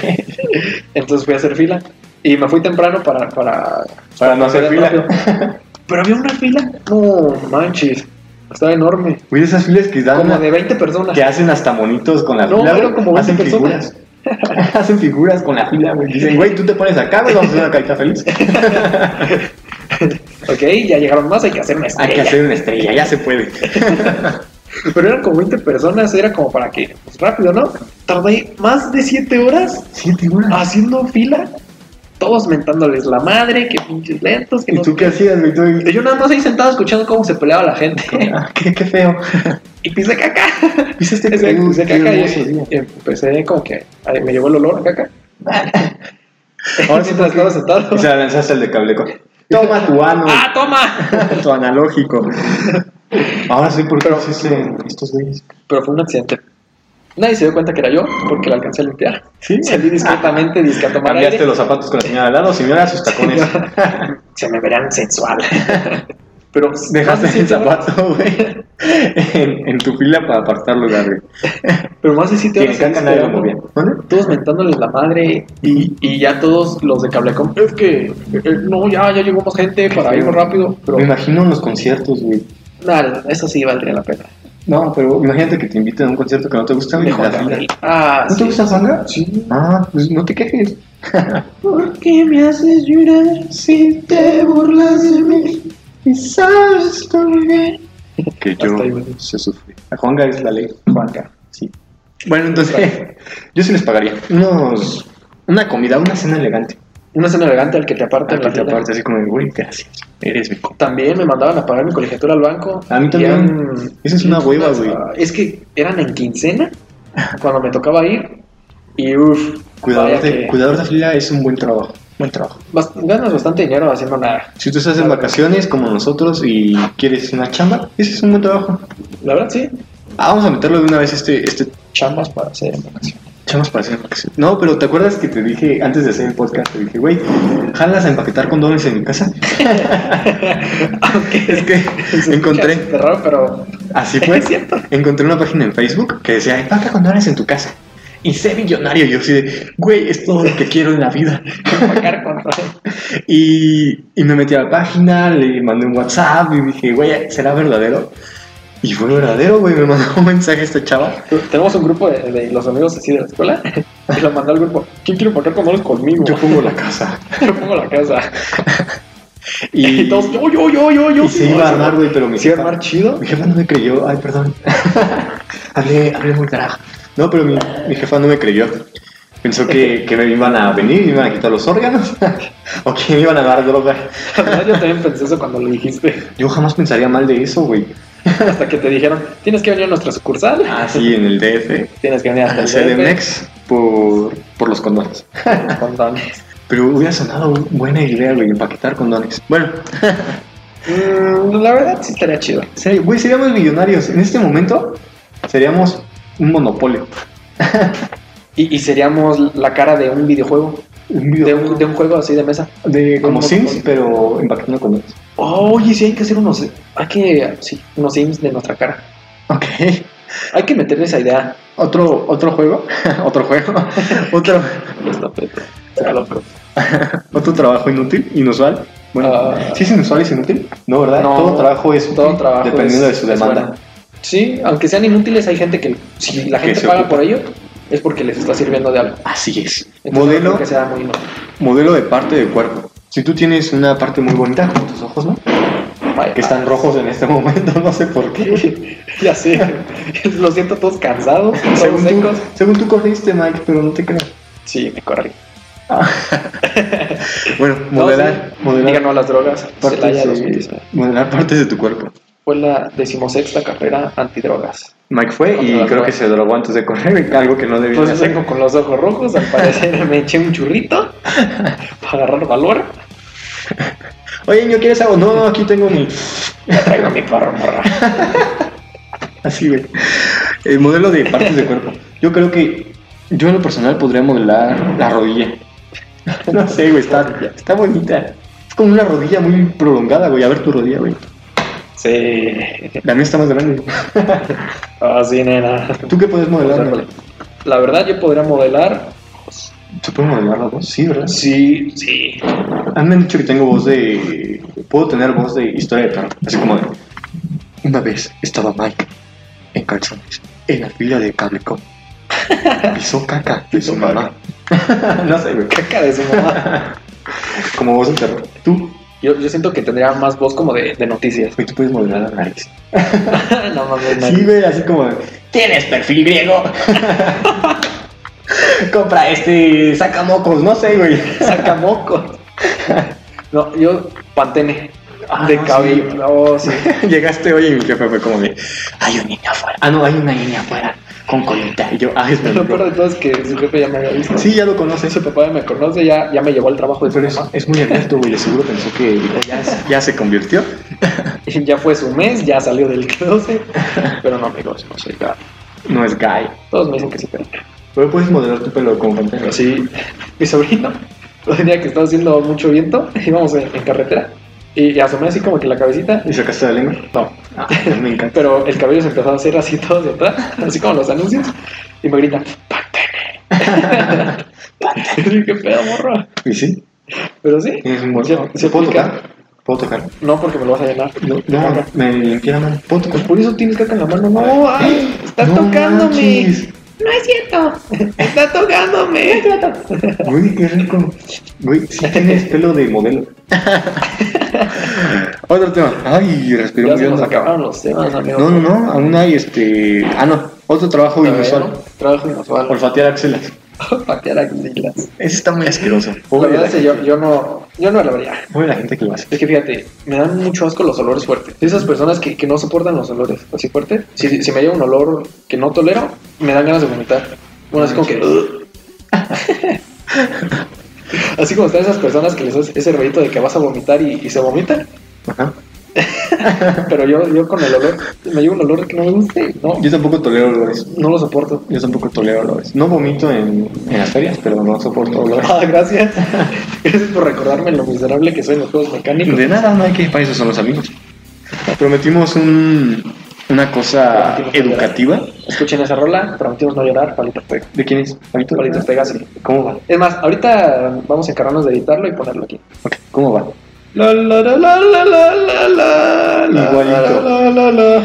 [SPEAKER 2] Entonces fui a hacer fila y me fui temprano para. para
[SPEAKER 3] Para no hacer
[SPEAKER 2] rápido.
[SPEAKER 3] fila.
[SPEAKER 2] Pero había una fila, no manches, estaba enorme,
[SPEAKER 3] Güey, esas filas que dan,
[SPEAKER 2] como de 20 personas.
[SPEAKER 3] que hacen hasta monitos con la
[SPEAKER 2] No,
[SPEAKER 3] fila,
[SPEAKER 2] eran
[SPEAKER 3] güey.
[SPEAKER 2] como 20
[SPEAKER 3] hacen
[SPEAKER 2] personas.
[SPEAKER 3] figuras. hacen figuras con la fila, güey. Dicen, güey, tú te pones acá, güey, vamos a hacer una carita feliz.
[SPEAKER 2] Ok, ya llegaron más, hay que hacer una
[SPEAKER 3] Hay que
[SPEAKER 2] estrella.
[SPEAKER 3] hacer una estrella, ya se puede.
[SPEAKER 2] Pero eran como 20 personas, era como para que, pues rápido, ¿no? Tardé más de 7 horas
[SPEAKER 3] Siete horas.
[SPEAKER 2] haciendo fila, todos mentándoles la madre, que pinches lentos, que
[SPEAKER 3] ¿Y
[SPEAKER 2] no
[SPEAKER 3] tú qué hacías, güey? Tú-
[SPEAKER 2] Yo nada más ahí sentado escuchando cómo se peleaba la gente.
[SPEAKER 3] Ah, qué, qué feo.
[SPEAKER 2] y pisé caca.
[SPEAKER 3] Hice este
[SPEAKER 2] Ese- pisé
[SPEAKER 3] qué
[SPEAKER 2] caca y,
[SPEAKER 3] hermoso día.
[SPEAKER 2] y empecé como que ay, me llevó el olor a caca.
[SPEAKER 3] Ahora
[SPEAKER 2] Ahora
[SPEAKER 3] sí,
[SPEAKER 2] mientras estaba sentado.
[SPEAKER 3] Y se la lanzaste al de cableco. Toma tu ano,
[SPEAKER 2] ¡Ah, toma!
[SPEAKER 3] tu analógico. Ahora sí, por qué
[SPEAKER 2] Pero-
[SPEAKER 3] existen estos güeyes.
[SPEAKER 2] Pero fue un accidente. Nadie se dio cuenta que era yo porque la alcancé a limpiar.
[SPEAKER 3] Sí.
[SPEAKER 2] Salí discretamente, disque a tomar
[SPEAKER 3] Cambiaste
[SPEAKER 2] aire.
[SPEAKER 3] los zapatos con la señora al lado, señora, sus tacones.
[SPEAKER 2] Se me verán sensual. Pero más de
[SPEAKER 3] Dejaste el
[SPEAKER 2] siete horas-
[SPEAKER 3] zapato, güey, en, en tu fila para apartar lugar, güey.
[SPEAKER 2] Pero más de siete
[SPEAKER 3] Y
[SPEAKER 2] horas.
[SPEAKER 3] en caca nadie lo movía. ¿Dónde?
[SPEAKER 2] todos mentándoles la madre y, y ya todos los de Cablecom, es que eh, no, ya, ya llegó más gente para irnos rápido, pero
[SPEAKER 3] Me imagino en los conciertos, güey.
[SPEAKER 2] nada, eso sí valdría la pena.
[SPEAKER 3] No, pero imagínate que te inviten a un concierto que no te gusta, güey.
[SPEAKER 2] De
[SPEAKER 3] y la
[SPEAKER 2] Juan
[SPEAKER 3] fila.
[SPEAKER 2] Gabriel. Ah,
[SPEAKER 3] ¿No te
[SPEAKER 2] sí.
[SPEAKER 3] gusta Juan Gabriel?
[SPEAKER 2] Sí.
[SPEAKER 3] Ah, pues no te quejes.
[SPEAKER 2] ¿Por qué me haces llorar si te burlas de mí?
[SPEAKER 3] Y sabes por qué. Que yo
[SPEAKER 2] Hasta ahí, güey.
[SPEAKER 3] se sufrí. A Juanga es la ley.
[SPEAKER 2] Juanca.
[SPEAKER 3] Sí. Bueno, entonces, yo sí les pagaría unos, una comida, una cena elegante.
[SPEAKER 2] Una cena elegante al que te aparta
[SPEAKER 3] Aparte,
[SPEAKER 2] en la tienda.
[SPEAKER 3] aparte, así como, güey, gracias, eres mi co-
[SPEAKER 2] También me mandaban a pagar mi colegiatura al banco.
[SPEAKER 3] A mí
[SPEAKER 2] Y
[SPEAKER 3] también.
[SPEAKER 2] eran- ah,
[SPEAKER 3] Esa es una hueva, güey.
[SPEAKER 2] Es que eran en quincena cuando me tocaba ir y uff.
[SPEAKER 3] Cuidador de, cuidador de fila es un buen trabajo. Buen trabajo.
[SPEAKER 2] Bast- ganas bastante dinero haciendo nada.
[SPEAKER 3] Si tú estás en vacaciones como nosotros y quieres una chamba, ese es un buen trabajo.
[SPEAKER 2] La verdad, sí.
[SPEAKER 3] Ah, vamos a meterlo de una vez este, este
[SPEAKER 2] Chambas para hacer en vacaciones.
[SPEAKER 3] Chamos para hacer vacaciones. No, pero ¿te acuerdas que te dije antes de hacer el podcast? Te dije, güey, jalas a empaquetar condones en mi casa. es que encontré,
[SPEAKER 2] Es raro, pero.
[SPEAKER 3] así fue,
[SPEAKER 2] Es cierto.
[SPEAKER 3] encontré una página en Facebook que decía, empaca condones en tu casa. Y sé millonario. Y Yo así de, güey, es todo lo que quiero en la vida.
[SPEAKER 2] Pagar cuando-
[SPEAKER 3] Y, y me metí a la página, le mandé un WhatsApp y dije, güey, ¿será verdadero? Y fue verdadero, güey. Me mandó un mensaje esta chava.
[SPEAKER 2] Tenemos un grupo de, de los amigos así de la escuela. Y lo mandó al grupo. ¿Quién quiere pagar cuando eres conmigo?
[SPEAKER 3] Yo pongo la casa.
[SPEAKER 2] Yo pongo la casa.
[SPEAKER 3] Y,
[SPEAKER 2] Y, todos, yo, yo, yo, yo, yo.
[SPEAKER 3] y se iba a armar, güey, pero mi
[SPEAKER 2] ¿Se iba a
[SPEAKER 3] jefa-
[SPEAKER 2] armar chido?
[SPEAKER 3] Mi jefa no me creyó, ay, perdón. hablé, hablé muy carajo. No, pero mi, mi jefa no me creyó. Pensó que, que me iban a venir, me iban a quitar los órganos, o que me iban a dar droga.
[SPEAKER 2] La verdad, Yo también pensé eso cuando lo dijiste.
[SPEAKER 3] Yo jamás pensaría mal de eso, güey.
[SPEAKER 2] Hasta que te dijeron, tienes que venir a nuestra sucursal.
[SPEAKER 3] Ah, sí, en el DF,
[SPEAKER 2] Tienes que venir hasta
[SPEAKER 3] al
[SPEAKER 2] el DF
[SPEAKER 3] CDMX, por, por los condones.
[SPEAKER 2] con los condones.
[SPEAKER 3] Pero hubiera sonado buena idea, güey, empaquetar condones. Bueno,
[SPEAKER 2] Mm, la verdad, sí estaría chido.
[SPEAKER 3] sería- güey, seríamos millonarios. En este momento, seríamos un monopolio.
[SPEAKER 2] Y, y seríamos la cara de un videojuego.
[SPEAKER 3] Un
[SPEAKER 2] De
[SPEAKER 3] video-
[SPEAKER 2] un, de un juego así de mesa.
[SPEAKER 3] de- como
[SPEAKER 2] un
[SPEAKER 3] Sims,
[SPEAKER 2] monopolio.
[SPEAKER 3] pero empaquetando condones.
[SPEAKER 2] Oh, Oye, sí, hay que hacer unos. Hay que. Sí, unos sims de nuestra cara.
[SPEAKER 3] Ok.
[SPEAKER 2] Hay que meterle esa idea.
[SPEAKER 3] Otro, otro juego, otro juego, otro,
[SPEAKER 2] Está peto. Será lo peor.
[SPEAKER 3] otro trabajo inútil, inusual. Bueno,
[SPEAKER 2] Ah.
[SPEAKER 3] ¿sí es inusual, es inútil? No, ¿verdad?
[SPEAKER 2] No,
[SPEAKER 3] todo trabajo es
[SPEAKER 2] Todo
[SPEAKER 3] útil,
[SPEAKER 2] trabajo.
[SPEAKER 3] dependiendo
[SPEAKER 2] es-
[SPEAKER 3] de su
[SPEAKER 2] es
[SPEAKER 3] demanda.
[SPEAKER 2] bueno. Sí, aunque sean inútiles, hay gente que. Si la
[SPEAKER 3] Que
[SPEAKER 2] gente
[SPEAKER 3] se
[SPEAKER 2] paga
[SPEAKER 3] ocupa.
[SPEAKER 2] por ello, es porque les está sirviendo de algo.
[SPEAKER 3] Así es.
[SPEAKER 2] Entonces, no creo
[SPEAKER 3] modelo,
[SPEAKER 2] Que sea muy inútil.
[SPEAKER 3] modelo de parte del cuerpo. Si tú tienes una parte muy bonita, como tus ojos, ¿no?
[SPEAKER 2] vaya.
[SPEAKER 3] que están rojos en este momento, no sé por qué.
[SPEAKER 2] Ya sé. Lo siento todos cansados, todos
[SPEAKER 3] Según tú,
[SPEAKER 2] secos.
[SPEAKER 3] según tú corriste, Mike, pero no te creo.
[SPEAKER 2] Sí, me corrí.
[SPEAKER 3] Bueno, moderar,
[SPEAKER 2] No, sí.
[SPEAKER 3] moderar,
[SPEAKER 2] Diga no a las drogas. Celaya
[SPEAKER 3] partes de,
[SPEAKER 2] 2019.
[SPEAKER 3] moderar partes de tu cuerpo.
[SPEAKER 2] Fue la decimosexta carrera antidrogas.
[SPEAKER 3] Mike fue y
[SPEAKER 2] Otra vez.
[SPEAKER 3] creo
[SPEAKER 2] Pues
[SPEAKER 3] que se drogó antes de correr, algo que no debía
[SPEAKER 2] Entonces
[SPEAKER 3] hacer.
[SPEAKER 2] vengo con los ojos rojos, al parecer me eché un churrito para agarrar valor.
[SPEAKER 3] Oye, ¿yo quieres algo? No, no, aquí tengo mi...
[SPEAKER 2] Ya traigo a mi perro, morra.
[SPEAKER 3] Así, güey. El modelo de partes de cuerpo. Yo creo que yo en lo personal podría modelar la rodilla. No sé, güey, está, está bonita. Es como una rodilla muy prolongada, güey. A ver tu rodilla, güey.
[SPEAKER 2] Sí.
[SPEAKER 3] La mía está más grande.
[SPEAKER 2] Así, nena.
[SPEAKER 3] ¿Tú qué puedes modelar? güey?
[SPEAKER 2] La verdad, yo podría modelar.
[SPEAKER 3] ¿Tú puedes modelar la voz? Sí, ¿verdad?
[SPEAKER 2] Sí, sí.
[SPEAKER 3] A mí me han dicho que tengo voz de... Puedo tener voz de historia de perro. Así como de... Una vez estaba Mike en calzones en la fila de Cableco. Pisó caca de su mamá. no sé, güey.
[SPEAKER 2] Caca de su mamá.
[SPEAKER 3] Como voz de terror. Tú,
[SPEAKER 2] Yo, yo siento que tendría más voz como de, de noticias.
[SPEAKER 3] güey, tú puedes modelar la nariz.
[SPEAKER 2] no mames, no.
[SPEAKER 3] Sí, güey, así como. Tienes perfil griego. Compra este sacamocos, no sé, güey.
[SPEAKER 2] Sacamocos. No, yo pantene.
[SPEAKER 3] Ah,
[SPEAKER 2] de
[SPEAKER 3] no,
[SPEAKER 2] cabello.
[SPEAKER 3] sí.
[SPEAKER 2] No, sí.
[SPEAKER 3] Llegaste hoy y mi jefe fue como de. Hay un niño afuera. Ah, no, hay una niña afuera con colita. Y yo, ah, es mi
[SPEAKER 2] Lo
[SPEAKER 3] bro".
[SPEAKER 2] peor de todo es que su jefe ya me había visto.
[SPEAKER 3] Sí, ya lo conoces.
[SPEAKER 2] Su papá ya me conoce, ya, ya me llevó al trabajo de su
[SPEAKER 3] Pero es,
[SPEAKER 2] mamá.
[SPEAKER 3] es muy abierto, güey. de Seguro pensó que dijo, ya, es- ya se convirtió.
[SPEAKER 2] Ya fue su mes, ya salió del closet. Pero no, amigos, no soy gay.
[SPEAKER 3] No es gay.
[SPEAKER 2] Todos me dicen que sí, pero
[SPEAKER 3] Pero puedes modelar tu pelo como pantalla.
[SPEAKER 2] Pero sí, mi sobrino, un día que estaba haciendo mucho viento, íbamos en, en carretera y, y asomé así como que la cabecita.
[SPEAKER 3] ¿Y sacaste la lengua?
[SPEAKER 2] No,
[SPEAKER 3] Ah, me encanta.
[SPEAKER 2] pero el cabello se empezó a hacer así todo hacia atrás, así como los anuncios, y me grita, ¡Pantene! ¡Pantene! ¡Qué pedo, morro!
[SPEAKER 3] ¿Y sí?
[SPEAKER 2] Pero sí,
[SPEAKER 3] ¿Tienes un buen-
[SPEAKER 2] se- se
[SPEAKER 3] ¿Puedo
[SPEAKER 2] aplica.
[SPEAKER 3] tocar? ¿Puedo tocar?
[SPEAKER 2] No, porque me lo vas a llenar.
[SPEAKER 3] No, no, me limpié la mano. ¿Puedo
[SPEAKER 2] Pues
[SPEAKER 3] tocar?
[SPEAKER 2] por eso tienes caca en la mano. No, ay, está
[SPEAKER 3] No
[SPEAKER 2] tocándome.
[SPEAKER 3] manches.
[SPEAKER 2] No es cierto. Está tocándome.
[SPEAKER 3] Güey, qué rico. Güey, si tienes pelo de modelo. Otro tema. Ay, respiró
[SPEAKER 2] Ya
[SPEAKER 3] muy
[SPEAKER 2] se nos
[SPEAKER 3] hondo.
[SPEAKER 2] acabaron los temas, amigos.
[SPEAKER 3] No, no, no. Aún hay este. Ah, no. Otro trabajo
[SPEAKER 2] A ver,
[SPEAKER 3] inusual.
[SPEAKER 2] Trabajo inusual.
[SPEAKER 3] Olfatear axilas.
[SPEAKER 2] Patear axilas.
[SPEAKER 3] Ese está muy asqueroso.
[SPEAKER 2] La
[SPEAKER 3] Pobre
[SPEAKER 2] verdad
[SPEAKER 3] la,
[SPEAKER 2] es que yo, yo no, yo no lo haría.
[SPEAKER 3] pobre la gente que lo hace.
[SPEAKER 2] Es que fíjate, me dan mucho asco los olores fuertes. Esas personas que, que no soportan los olores así fuertes, si, si me llega un olor que no tolero, me dan ganas de vomitar. Bueno, así como que. "Ugh". así como están esas personas que les hace ese rollito de que vas a vomitar y, y se vomitan.
[SPEAKER 3] Ajá.
[SPEAKER 2] Pero yo, yo con el olor, me llega un olor que no me guste, no,
[SPEAKER 3] Yo tampoco tolero olores.
[SPEAKER 2] no lo soporto.
[SPEAKER 3] Yo tampoco tolero olores. No vomito en, en las ferias, pero no soporto olores.
[SPEAKER 2] Ah, gracias. Gracias por recordarme lo miserable que soy en los juegos mecánicos.
[SPEAKER 3] De nada, no hay que para eso son los amigos. Prometimos un, una cosa
[SPEAKER 2] Prometimos
[SPEAKER 3] educativa.
[SPEAKER 2] Escuchen esa rola, prometimos no llorar, palitos pega.
[SPEAKER 3] ¿De quién es? ¿Palito?
[SPEAKER 2] Palitos pega, sí.
[SPEAKER 3] ¿Cómo va?
[SPEAKER 2] Es más, ahorita vamos a encargarnos de editarlo y ponerlo aquí.
[SPEAKER 3] Ok, ¿Cómo va?
[SPEAKER 2] La, la, la, la, la, la, la, la, la,
[SPEAKER 3] Igualito.
[SPEAKER 2] la, la, la.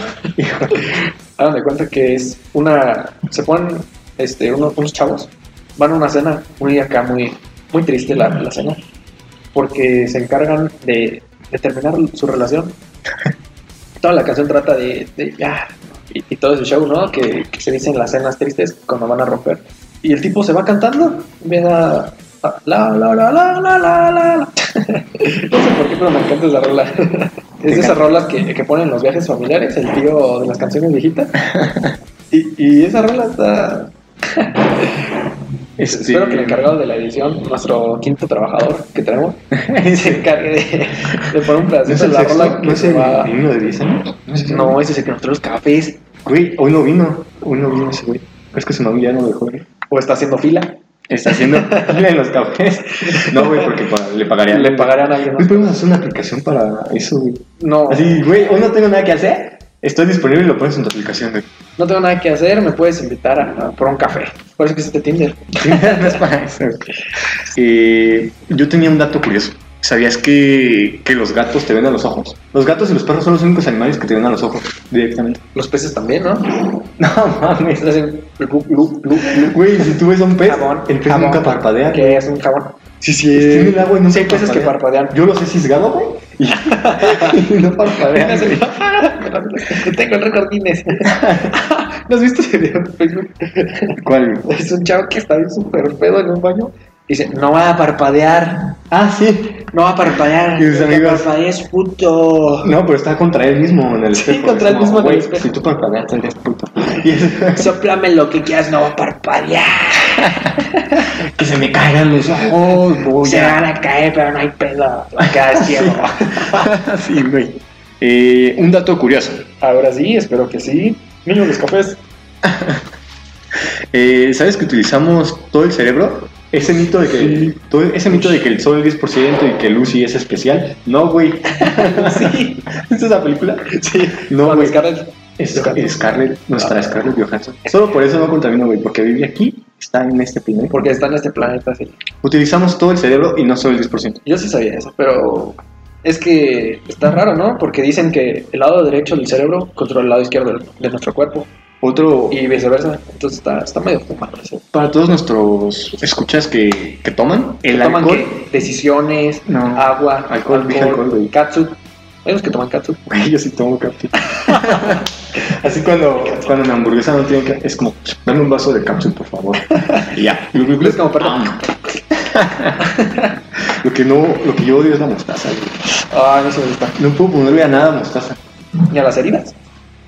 [SPEAKER 2] Hagan de cuenta que es una. Se ponen este, uno- unos, chavos, van a una cena muy acá, muy, muy triste la, la cena, porque se encargan de, de terminar su relación. Toda la canción trata de, de ya, y, y todo ese show, ¿no? Que, que se dicen las cenas tristes cuando van a romper. Y el tipo se va cantando, empieza. a- La, la, la, la, la, la, la, la. No sé por qué, pero me encanta esa rola. Es de esas rolas que, que ponen en los viajes familiares, el tío de las canciones viejitas. Y, y esa rola está.
[SPEAKER 3] Este-
[SPEAKER 2] Espero que el encargado de la edición, nuestro quinto trabajador que tenemos, se encargue de, de poner un
[SPEAKER 3] ¿No es
[SPEAKER 2] pedacito de
[SPEAKER 3] el
[SPEAKER 2] la
[SPEAKER 3] sexto?
[SPEAKER 2] rola que
[SPEAKER 3] ¿No es
[SPEAKER 2] se
[SPEAKER 3] el
[SPEAKER 2] va.
[SPEAKER 3] niño de 10 años?
[SPEAKER 2] No, ese es el que nos trae los cafés.
[SPEAKER 3] Güey, hoy no vino. Hoy no vino ese güey. Es que su novia ya no dejó ir.
[SPEAKER 2] O está haciendo fila.
[SPEAKER 3] Está haciendo fila en los cafés. No, güey, porque pa- le pagarían.
[SPEAKER 2] Le pagarán a alguien
[SPEAKER 3] Güey,
[SPEAKER 2] más.
[SPEAKER 3] podemos hacer una aplicación para eso, güey.
[SPEAKER 2] No,
[SPEAKER 3] Así, güey, hoy no tengo nada que hacer. Estoy disponible y lo pones en tu aplicación, güey.
[SPEAKER 2] no tengo nada que hacer, me puedes invitar a, a por un café. Por eso que se te Tinder.
[SPEAKER 3] no es para eso. Eh, yo tenía un dato curioso. ¿Sabías que, que los gatos te ven a los ojos? Los gatos y los perros son los únicos animales que te ven a los ojos directamente.
[SPEAKER 2] Los peces también, ¿no?
[SPEAKER 3] No mames.
[SPEAKER 2] Estás en lu, lu, lu, lu.
[SPEAKER 3] Güey, si tú ves a un pez,
[SPEAKER 2] Jabón,
[SPEAKER 3] el pez
[SPEAKER 2] jabón.
[SPEAKER 3] nunca parpadea.
[SPEAKER 2] Que es un jabón.
[SPEAKER 3] Sí, sí. Tiene el agua y nunca
[SPEAKER 2] Sí, hay peces que parpadean.
[SPEAKER 3] Yo lo sé cisgado, güey. Y no parpadea. güey.
[SPEAKER 2] Tengo el récord Guinness. ¿No has visto ese video en Facebook?
[SPEAKER 3] ¿Cuál? güey?
[SPEAKER 2] Es un chavo que está bien súper pedo en un baño. Dice, no va a parpadear. Ah, sí. No va a parpadear.
[SPEAKER 3] Y sus
[SPEAKER 2] El que
[SPEAKER 3] amigos-
[SPEAKER 2] parpadees, puto.
[SPEAKER 3] No, pero está contra él mismo en el
[SPEAKER 2] Sí,
[SPEAKER 3] espejo.
[SPEAKER 2] contra
[SPEAKER 3] Es
[SPEAKER 2] él
[SPEAKER 3] como,
[SPEAKER 2] mismo en el
[SPEAKER 3] "Güey,
[SPEAKER 2] espejo".
[SPEAKER 3] Si tú parpadeas, serías puto. Y es-
[SPEAKER 2] Soplame lo que quieras, no va a parpadear.
[SPEAKER 3] que se me caigan los ojos, voy
[SPEAKER 2] Se
[SPEAKER 3] a-
[SPEAKER 2] van a caer, pero no hay pedo. Te Quedas ciego.
[SPEAKER 3] sí, güey. Eh, un dato curioso.
[SPEAKER 2] Ahora sí, espero que sí. Niño, los cafés.
[SPEAKER 3] Eh, ¿Sabes que utilizamos todo el cerebro? Ese mito de que
[SPEAKER 2] Sí.
[SPEAKER 3] todo- ese mito de que el sol es 10% y que Lucy es especial. No, güey.
[SPEAKER 2] Sí.
[SPEAKER 3] ¿Es esa película? Sí. No,
[SPEAKER 2] Con
[SPEAKER 3] güey.
[SPEAKER 2] Scarlett.
[SPEAKER 3] Es Scarlett, Scarlett,
[SPEAKER 2] Ah.
[SPEAKER 3] nuestra Scarlett Johansson. Solo por eso no contamino, güey, porque vive aquí, está en este planeta.
[SPEAKER 2] Porque está en este planeta, sí.
[SPEAKER 3] Utilizamos todo el cerebro y no solo el 10%.
[SPEAKER 2] Yo sí sabía eso, pero es que está raro, ¿no? Porque dicen que el lado derecho del cerebro controla el lado izquierdo del- de nuestro cuerpo
[SPEAKER 3] Otro,
[SPEAKER 2] y viceversa. Entonces está, está medio fumado eso.
[SPEAKER 3] para todos nuestros escuchas que, que toman, el
[SPEAKER 2] ¿Toman
[SPEAKER 3] alcohol...
[SPEAKER 2] qué? Decisiones,
[SPEAKER 3] No.
[SPEAKER 2] agua,
[SPEAKER 3] Alcohol,
[SPEAKER 2] alcohol,
[SPEAKER 3] vi alcohol, güey.
[SPEAKER 2] katsu. Hay unos que toman katsu.
[SPEAKER 3] Güey, yo sí tomo café. Así cuando, cuando una hamburguesa no tiene café, es como, dame un vaso de cápsula, por favor. Y ya.
[SPEAKER 2] Es como perro.
[SPEAKER 3] Ah. Lo que no, lo que yo odio es la mostaza, güey.
[SPEAKER 2] Ah, no se me gusta.
[SPEAKER 3] No puedo ponerle a nada mostaza.
[SPEAKER 2] Y a las heridas.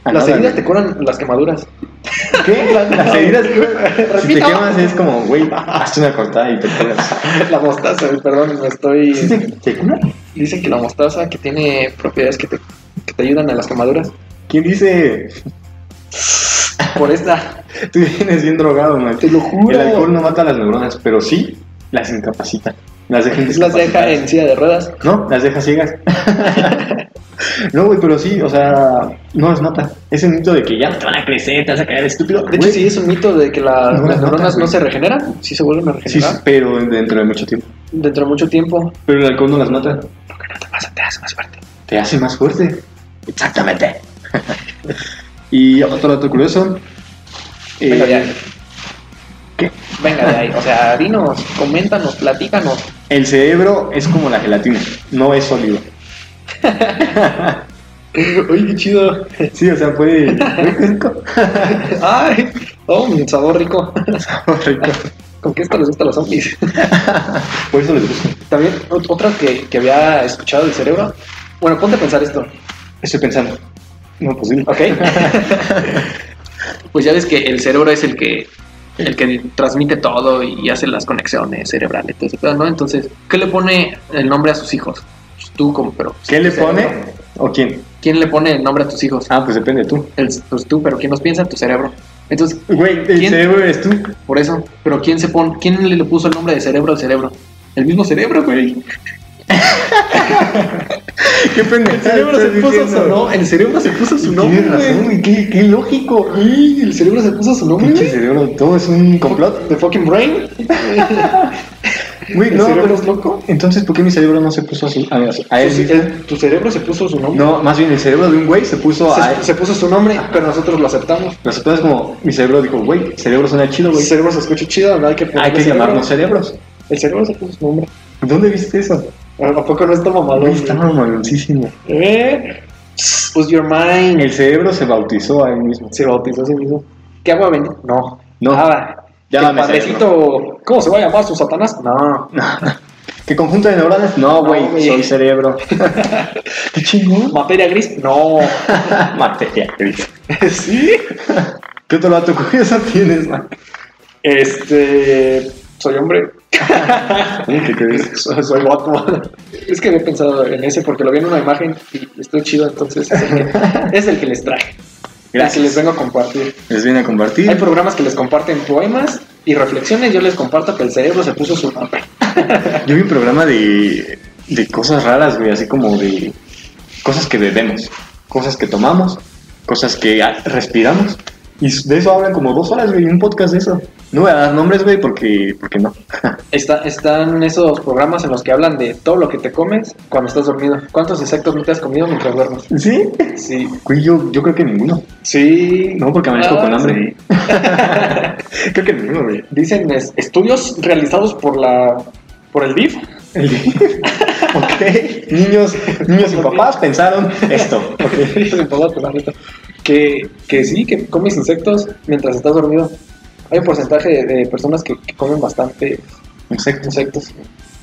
[SPEAKER 3] A
[SPEAKER 2] las
[SPEAKER 3] nada,
[SPEAKER 2] heridas
[SPEAKER 3] güey.
[SPEAKER 2] te curan las quemaduras.
[SPEAKER 3] ¿Qué? Las, las heridas, güey. Si te
[SPEAKER 2] Repito.
[SPEAKER 3] quemas es como, güey, hazte una cortada y te curas.
[SPEAKER 2] La mostaza, perdón, me estoy.
[SPEAKER 3] ¿Te cura?
[SPEAKER 2] Dicen que la mostaza que tiene propiedades que te, que te ayudan a las quemaduras.
[SPEAKER 3] ¿Quién dice?
[SPEAKER 2] Por esta.
[SPEAKER 3] Tú vienes bien drogado, man.
[SPEAKER 2] Te lo juro.
[SPEAKER 3] El alcohol no mata las neuronas, pero sí las incapacita. Las deja
[SPEAKER 2] Las deja
[SPEAKER 3] discapacitadas.
[SPEAKER 2] en silla de ruedas.
[SPEAKER 3] No, las deja ciegas. no, güey, pero sí, o sea, no las mata. Ese mito de que ya te van a crecer, te vas a caer estúpido.
[SPEAKER 2] De hecho,
[SPEAKER 3] güey,
[SPEAKER 2] sí es un mito de que la-
[SPEAKER 3] No,
[SPEAKER 2] las
[SPEAKER 3] no,
[SPEAKER 2] neuronas
[SPEAKER 3] no,
[SPEAKER 2] no
[SPEAKER 3] güey.
[SPEAKER 2] se regeneran, sí se vuelven a
[SPEAKER 3] Sí,
[SPEAKER 2] regenerar
[SPEAKER 3] pero dentro de mucho tiempo.
[SPEAKER 2] dentro de mucho tiempo.
[SPEAKER 3] Pero el alcohol no las mata.
[SPEAKER 2] Lo que no te pasa te hace más fuerte.
[SPEAKER 3] Te hace más fuerte. Exactamente. y otro dato curioso.
[SPEAKER 2] Venga
[SPEAKER 3] eh,
[SPEAKER 2] de ahí.
[SPEAKER 3] ¿qué?
[SPEAKER 2] Venga de ahí. O sea, dinos, coméntanos, platícanos.
[SPEAKER 3] el cerebro es como la gelatina, no es sólido.
[SPEAKER 2] Uy, qué chido.
[SPEAKER 3] Sí, o sea, puede. puede que rico.
[SPEAKER 2] Ay, oh, un sabor rico.
[SPEAKER 3] rico.
[SPEAKER 2] ¿Con qué esto les gusta a los zombies?
[SPEAKER 3] Por eso les gusta.
[SPEAKER 2] También, ot- otra que, que había escuchado del cerebro. Bueno, ponte a pensar esto.
[SPEAKER 3] Estoy pensando. No, posible.
[SPEAKER 2] ¿Ok? pues ya ves que el cerebro es el que el que transmite todo y hace las conexiones cerebrales, todo ese pedo, ¿no? Entonces, ¿qué le pone el nombre a sus hijos? Pues Tú como, pero... pues,
[SPEAKER 3] ¿Qué le
[SPEAKER 2] tu cerebro.
[SPEAKER 3] pone? ¿O quién?
[SPEAKER 2] ¿Quién le pone el nombre a tus hijos?
[SPEAKER 3] Ah, pues depende de tú.
[SPEAKER 2] El- pues tú, pero ¿quién los piensa? Tu cerebro. Entonces,
[SPEAKER 3] Güey, el
[SPEAKER 2] ¿Quién?
[SPEAKER 3] cerebro eres tú.
[SPEAKER 2] por eso, pero ¿quién se pone, quién le puso el nombre de cerebro al cerebro? El mismo cerebro, güey.
[SPEAKER 3] Qué pendejo.
[SPEAKER 2] el cerebro se puso su
[SPEAKER 3] Tienes razón, güey. Qué, qué lógico.
[SPEAKER 2] Uy, el cerebro se puso su nombre,
[SPEAKER 3] Pinche
[SPEAKER 2] güey.
[SPEAKER 3] cerebro, todo es un complot.
[SPEAKER 2] The fucking brain.
[SPEAKER 3] Güey,
[SPEAKER 2] ¿El
[SPEAKER 3] no,
[SPEAKER 2] cerebro
[SPEAKER 3] pero
[SPEAKER 2] es loco?
[SPEAKER 3] Entonces, ¿por qué mi cerebro no se puso así? A, ver, a él
[SPEAKER 2] Tu-
[SPEAKER 3] mismo.
[SPEAKER 2] el- tu cerebro se puso su nombre.
[SPEAKER 3] No, más bien el cerebro de un güey se puso a
[SPEAKER 2] se, se puso su nombre, pero nosotros lo aceptamos.
[SPEAKER 3] Las personas como mi cerebro dijo, güey, cerebro suena chido,
[SPEAKER 2] El
[SPEAKER 3] güey.
[SPEAKER 2] cerebro se escucha chido, no hay que
[SPEAKER 3] Hay
[SPEAKER 2] ponerle
[SPEAKER 3] que
[SPEAKER 2] cerebro.
[SPEAKER 3] llamarnos cerebros.
[SPEAKER 2] El cerebro se puso su nombre.
[SPEAKER 3] ¿Dónde viste eso?
[SPEAKER 2] ¿A a poco no está mamalón?
[SPEAKER 3] Güey, está mamaloncísimo.
[SPEAKER 2] ¿Eh? Pues your mind.
[SPEAKER 3] El cerebro se bautizó a él mismo.
[SPEAKER 2] Se bautizó a sí mismo. ¿Qué agua bendita? No.
[SPEAKER 3] No.
[SPEAKER 2] Nada.
[SPEAKER 3] Llámame
[SPEAKER 2] el padrecito. ¿Cómo se va a llamar su Satanás? No.
[SPEAKER 3] ¿Qué conjunto de neuronas? No,
[SPEAKER 2] No,
[SPEAKER 3] güey,
[SPEAKER 2] güey.
[SPEAKER 3] soy cerebro. ¿Qué chingón?
[SPEAKER 2] ¿Materia gris? No.
[SPEAKER 3] Materia gris.
[SPEAKER 2] ¿Sí?
[SPEAKER 3] ¿Qué otro dato curioso tienes, man?
[SPEAKER 2] Este. Soy hombre.
[SPEAKER 3] ¿Qué crees?
[SPEAKER 2] Soy, soy Batman. Es que había pensado en ese porque lo vi en una imagen y estoy chido, entonces es el que, es el que les traje.
[SPEAKER 3] Gracias.
[SPEAKER 2] El que les vengo a compartir.
[SPEAKER 3] Les viene a compartir.
[SPEAKER 2] Hay programas que les comparten poemas y reflexiones. Yo les comparto que el cerebro se puso su nombre.
[SPEAKER 3] Yo vi un programa de, de cosas raras, güey, así como de cosas que bebemos, cosas que tomamos, cosas que ah, respiramos. Y de eso hablan como dos horas, güey, un podcast de eso. No voy a dar nombres, güey, porque, porque no.
[SPEAKER 2] Está- están esos programas en los que hablan de todo lo que te comes cuando estás dormido. ¿Cuántos insectos no te has comido mientras duermes?
[SPEAKER 3] ¿Sí?
[SPEAKER 2] Sí.
[SPEAKER 3] Güey, yo, yo creo que ninguno.
[SPEAKER 2] Sí.
[SPEAKER 3] No, porque amanezco
[SPEAKER 2] Ah,
[SPEAKER 3] con
[SPEAKER 2] sí.
[SPEAKER 3] hambre. creo que ninguno, güey.
[SPEAKER 2] Dicen es- estudios realizados por la por el DIF
[SPEAKER 3] El- Ok. Niños, niños y papás pensaron esto. Ok.
[SPEAKER 2] Eso me pagó tu barrita. Que, que sí, que comes insectos mientras estás dormido. Hay un porcentaje de, de personas que, que comen bastante
[SPEAKER 3] Insectos.
[SPEAKER 2] insectos.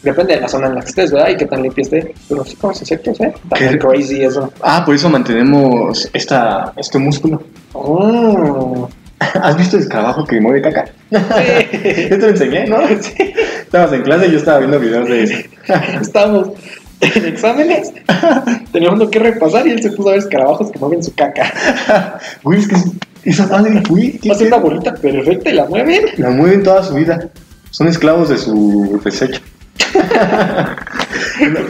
[SPEAKER 2] Depende de la zona en la que estés, ¿verdad? Y qué tan limpia esté. Pero sí comes insectos, ¿eh? Tan
[SPEAKER 3] ¿Qué?
[SPEAKER 2] crazy eso.
[SPEAKER 3] Ah, por eso mantenemos esta, este músculo.
[SPEAKER 2] Oh.
[SPEAKER 3] ¿Has visto el escarabajo que mueve caca? Yo te lo enseñé, ¿no?
[SPEAKER 2] Sí.
[SPEAKER 3] Estabas en clase y yo estaba viendo videos de eso.
[SPEAKER 2] Estábamos en exámenes, teníamos uno que repasar y él se puso a ver escarabajos que mueven su caca.
[SPEAKER 3] Güey, es que es- esa madre, güey, ¿qué
[SPEAKER 2] Hacen
[SPEAKER 3] pedo?
[SPEAKER 2] una bolita perfecta y la mueven.
[SPEAKER 3] La mueven toda su vida. Son esclavos de su desecho.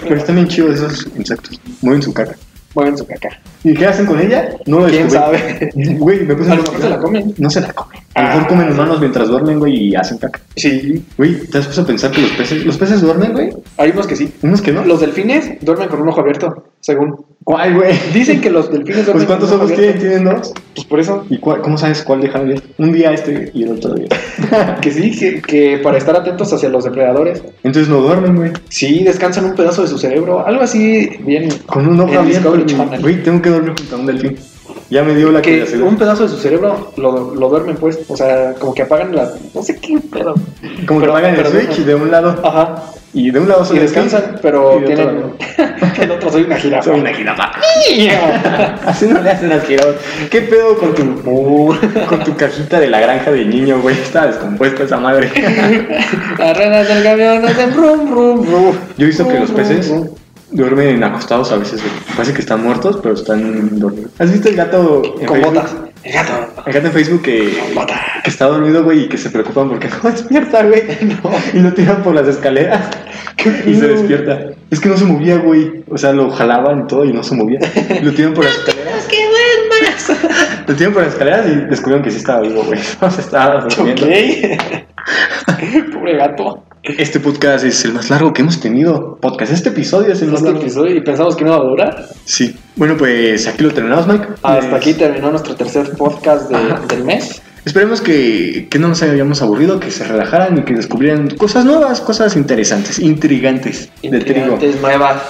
[SPEAKER 3] Pero están bien chidos esos insectos. Mueven su caca.
[SPEAKER 2] Mueven su caca.
[SPEAKER 3] ¿Y qué hacen con ella? No lo
[SPEAKER 2] ¿Quién
[SPEAKER 3] descubrí.
[SPEAKER 2] sabe?
[SPEAKER 3] Güey, me puse
[SPEAKER 2] A lo mejor se la comen. Ah.
[SPEAKER 3] No se la comen. A lo mejor comen humanos mientras duermen, güey, y hacen caca.
[SPEAKER 2] Sí.
[SPEAKER 3] Güey, ¿te has puesto a pensar que los peces, los peces duermen, güey?
[SPEAKER 2] Hay unos que sí.
[SPEAKER 3] Unos que no.
[SPEAKER 2] Los delfines duermen con un ojo abierto, según.
[SPEAKER 3] ¿Cuál, güey?
[SPEAKER 2] Dicen que los delfines
[SPEAKER 3] Pues
[SPEAKER 2] duermen
[SPEAKER 3] ¿cuántos
[SPEAKER 2] con un ojo
[SPEAKER 3] ojos tienen?
[SPEAKER 2] abierto.
[SPEAKER 3] ¿Tienen dos?
[SPEAKER 2] Pues por eso,
[SPEAKER 3] ¿Y cuál- cómo sabes cuál dejaron abierto? Un día este y el otro día.
[SPEAKER 2] que sí, que, que para estar atentos hacia los depredadores.
[SPEAKER 3] Entonces no duermen, güey.
[SPEAKER 2] Sí, descansan un pedazo de su cerebro. Algo así bien.
[SPEAKER 3] Con un ojo
[SPEAKER 2] En
[SPEAKER 3] abierto.
[SPEAKER 2] Discovery Channel.
[SPEAKER 3] Güey, tengo que dormir junto a un delfín. Ya me dio la
[SPEAKER 2] Que
[SPEAKER 3] curiosidad.
[SPEAKER 2] un pedazo de su cerebro lo, lo duermen, pues. O sea, como que apagan la. No sé qué pedo.
[SPEAKER 3] Como
[SPEAKER 2] pero-
[SPEAKER 3] que apagan el
[SPEAKER 2] pero
[SPEAKER 3] switch
[SPEAKER 2] duermen.
[SPEAKER 3] de un lado.
[SPEAKER 2] Ajá.
[SPEAKER 3] Y de un lado son
[SPEAKER 2] Y descansan, pero tienen. el otro soy una jirafa.
[SPEAKER 3] Soy una jirafa.
[SPEAKER 2] jirafa.
[SPEAKER 3] Así no le hacen las jirafas. ¿Qué pedo con tu, con tu cajita de la granja de niño, güey? Está descompuesta esa madre.
[SPEAKER 2] Las ruedas del camión hacen rum, rum, rum.
[SPEAKER 3] Yo he visto que los
[SPEAKER 2] Rum,
[SPEAKER 3] peces
[SPEAKER 2] rum, rum.
[SPEAKER 3] duermen acostados a veces. güey. Parece que están muertos, pero están dormidos. ¿Has visto el gato en
[SPEAKER 2] Con
[SPEAKER 3] Facebook?
[SPEAKER 2] botas. El gato.
[SPEAKER 3] El gato en Facebook que,
[SPEAKER 2] Bota.
[SPEAKER 3] que está dormido, güey, y que se preocupan porque no despierta, güey. Y lo tiran por las escaleras. Y se despierta. Es que no se movía, güey. O sea, lo jalaban y todo y no se movía. Y Lo tiran por las escaleras.
[SPEAKER 2] Es que duermas.
[SPEAKER 3] Lo tiran por las escaleras y descubrieron que sí estaba vivo, güey. No se estaba durmiendo.
[SPEAKER 2] Ok. Pobre gato.
[SPEAKER 3] Este podcast es el más largo que hemos tenido. Podcast, este episodio es el más
[SPEAKER 2] Este
[SPEAKER 3] largo.
[SPEAKER 2] episodio y pensamos que no iba a durar.
[SPEAKER 3] Sí. Bueno, pues aquí lo terminamos, Mike.
[SPEAKER 2] Hasta
[SPEAKER 3] Pues,
[SPEAKER 2] aquí terminó nuestro tercer podcast de- del mes.
[SPEAKER 3] Esperemos que, que no nos hayamos aburrido, que se relajaran y que descubrieran cosas nuevas, cosas interesantes, intrigantes, de trigo.
[SPEAKER 2] Intrigantes nuevas.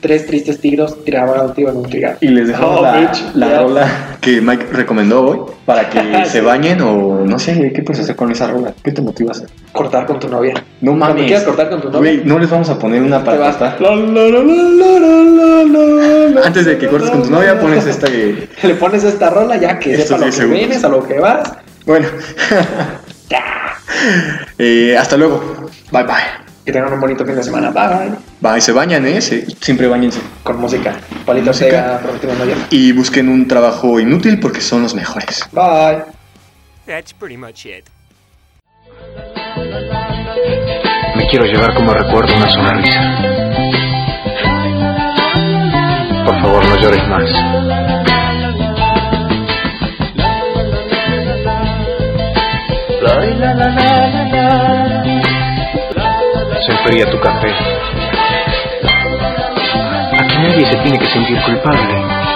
[SPEAKER 2] Tres tristes tigros tiraban un tiro en un trigal.
[SPEAKER 3] Y les dejamos
[SPEAKER 2] Oh,
[SPEAKER 3] la,
[SPEAKER 2] bitch.
[SPEAKER 3] la
[SPEAKER 2] Ya.
[SPEAKER 3] rola que Mike recomendó hoy para que
[SPEAKER 2] Sí.
[SPEAKER 3] se bañen o no sé, ¿qué puedes hacer con esa rola? ¿Qué te motiva a hacer?
[SPEAKER 2] Cortar con tu novia.
[SPEAKER 3] No
[SPEAKER 2] Cuando
[SPEAKER 3] mames.
[SPEAKER 2] quieras cortar con tu novia.
[SPEAKER 3] Güey, no les vamos a poner una
[SPEAKER 2] Te
[SPEAKER 3] para
[SPEAKER 2] vas.
[SPEAKER 3] cortar.
[SPEAKER 2] La, la, la, la, la, la, la, la,
[SPEAKER 3] Antes de que cortes con tu novia, pones esta que...
[SPEAKER 2] Le pones esta rola ya que sepa
[SPEAKER 3] Estos
[SPEAKER 2] lo que
[SPEAKER 3] diez segundos.
[SPEAKER 2] vienes, a lo que vas.
[SPEAKER 3] Bueno. Eh, hasta luego. Bye, bye.
[SPEAKER 2] Que tengan un bonito fin de semana. Bye.
[SPEAKER 3] Bye, se bañan, ¿eh? Se- siempre bañense.
[SPEAKER 2] Con música. Palito
[SPEAKER 3] Música.
[SPEAKER 2] Ortega, Prometido Mayor.
[SPEAKER 3] Y busquen un trabajo inútil porque son los mejores.
[SPEAKER 2] Bye.
[SPEAKER 5] That's pretty much it.
[SPEAKER 6] Me quiero llevar como recuerdo una sonrisa. Por favor, no llores más. Se enfría tu café. Aquí nadie se tiene que sentir culpable.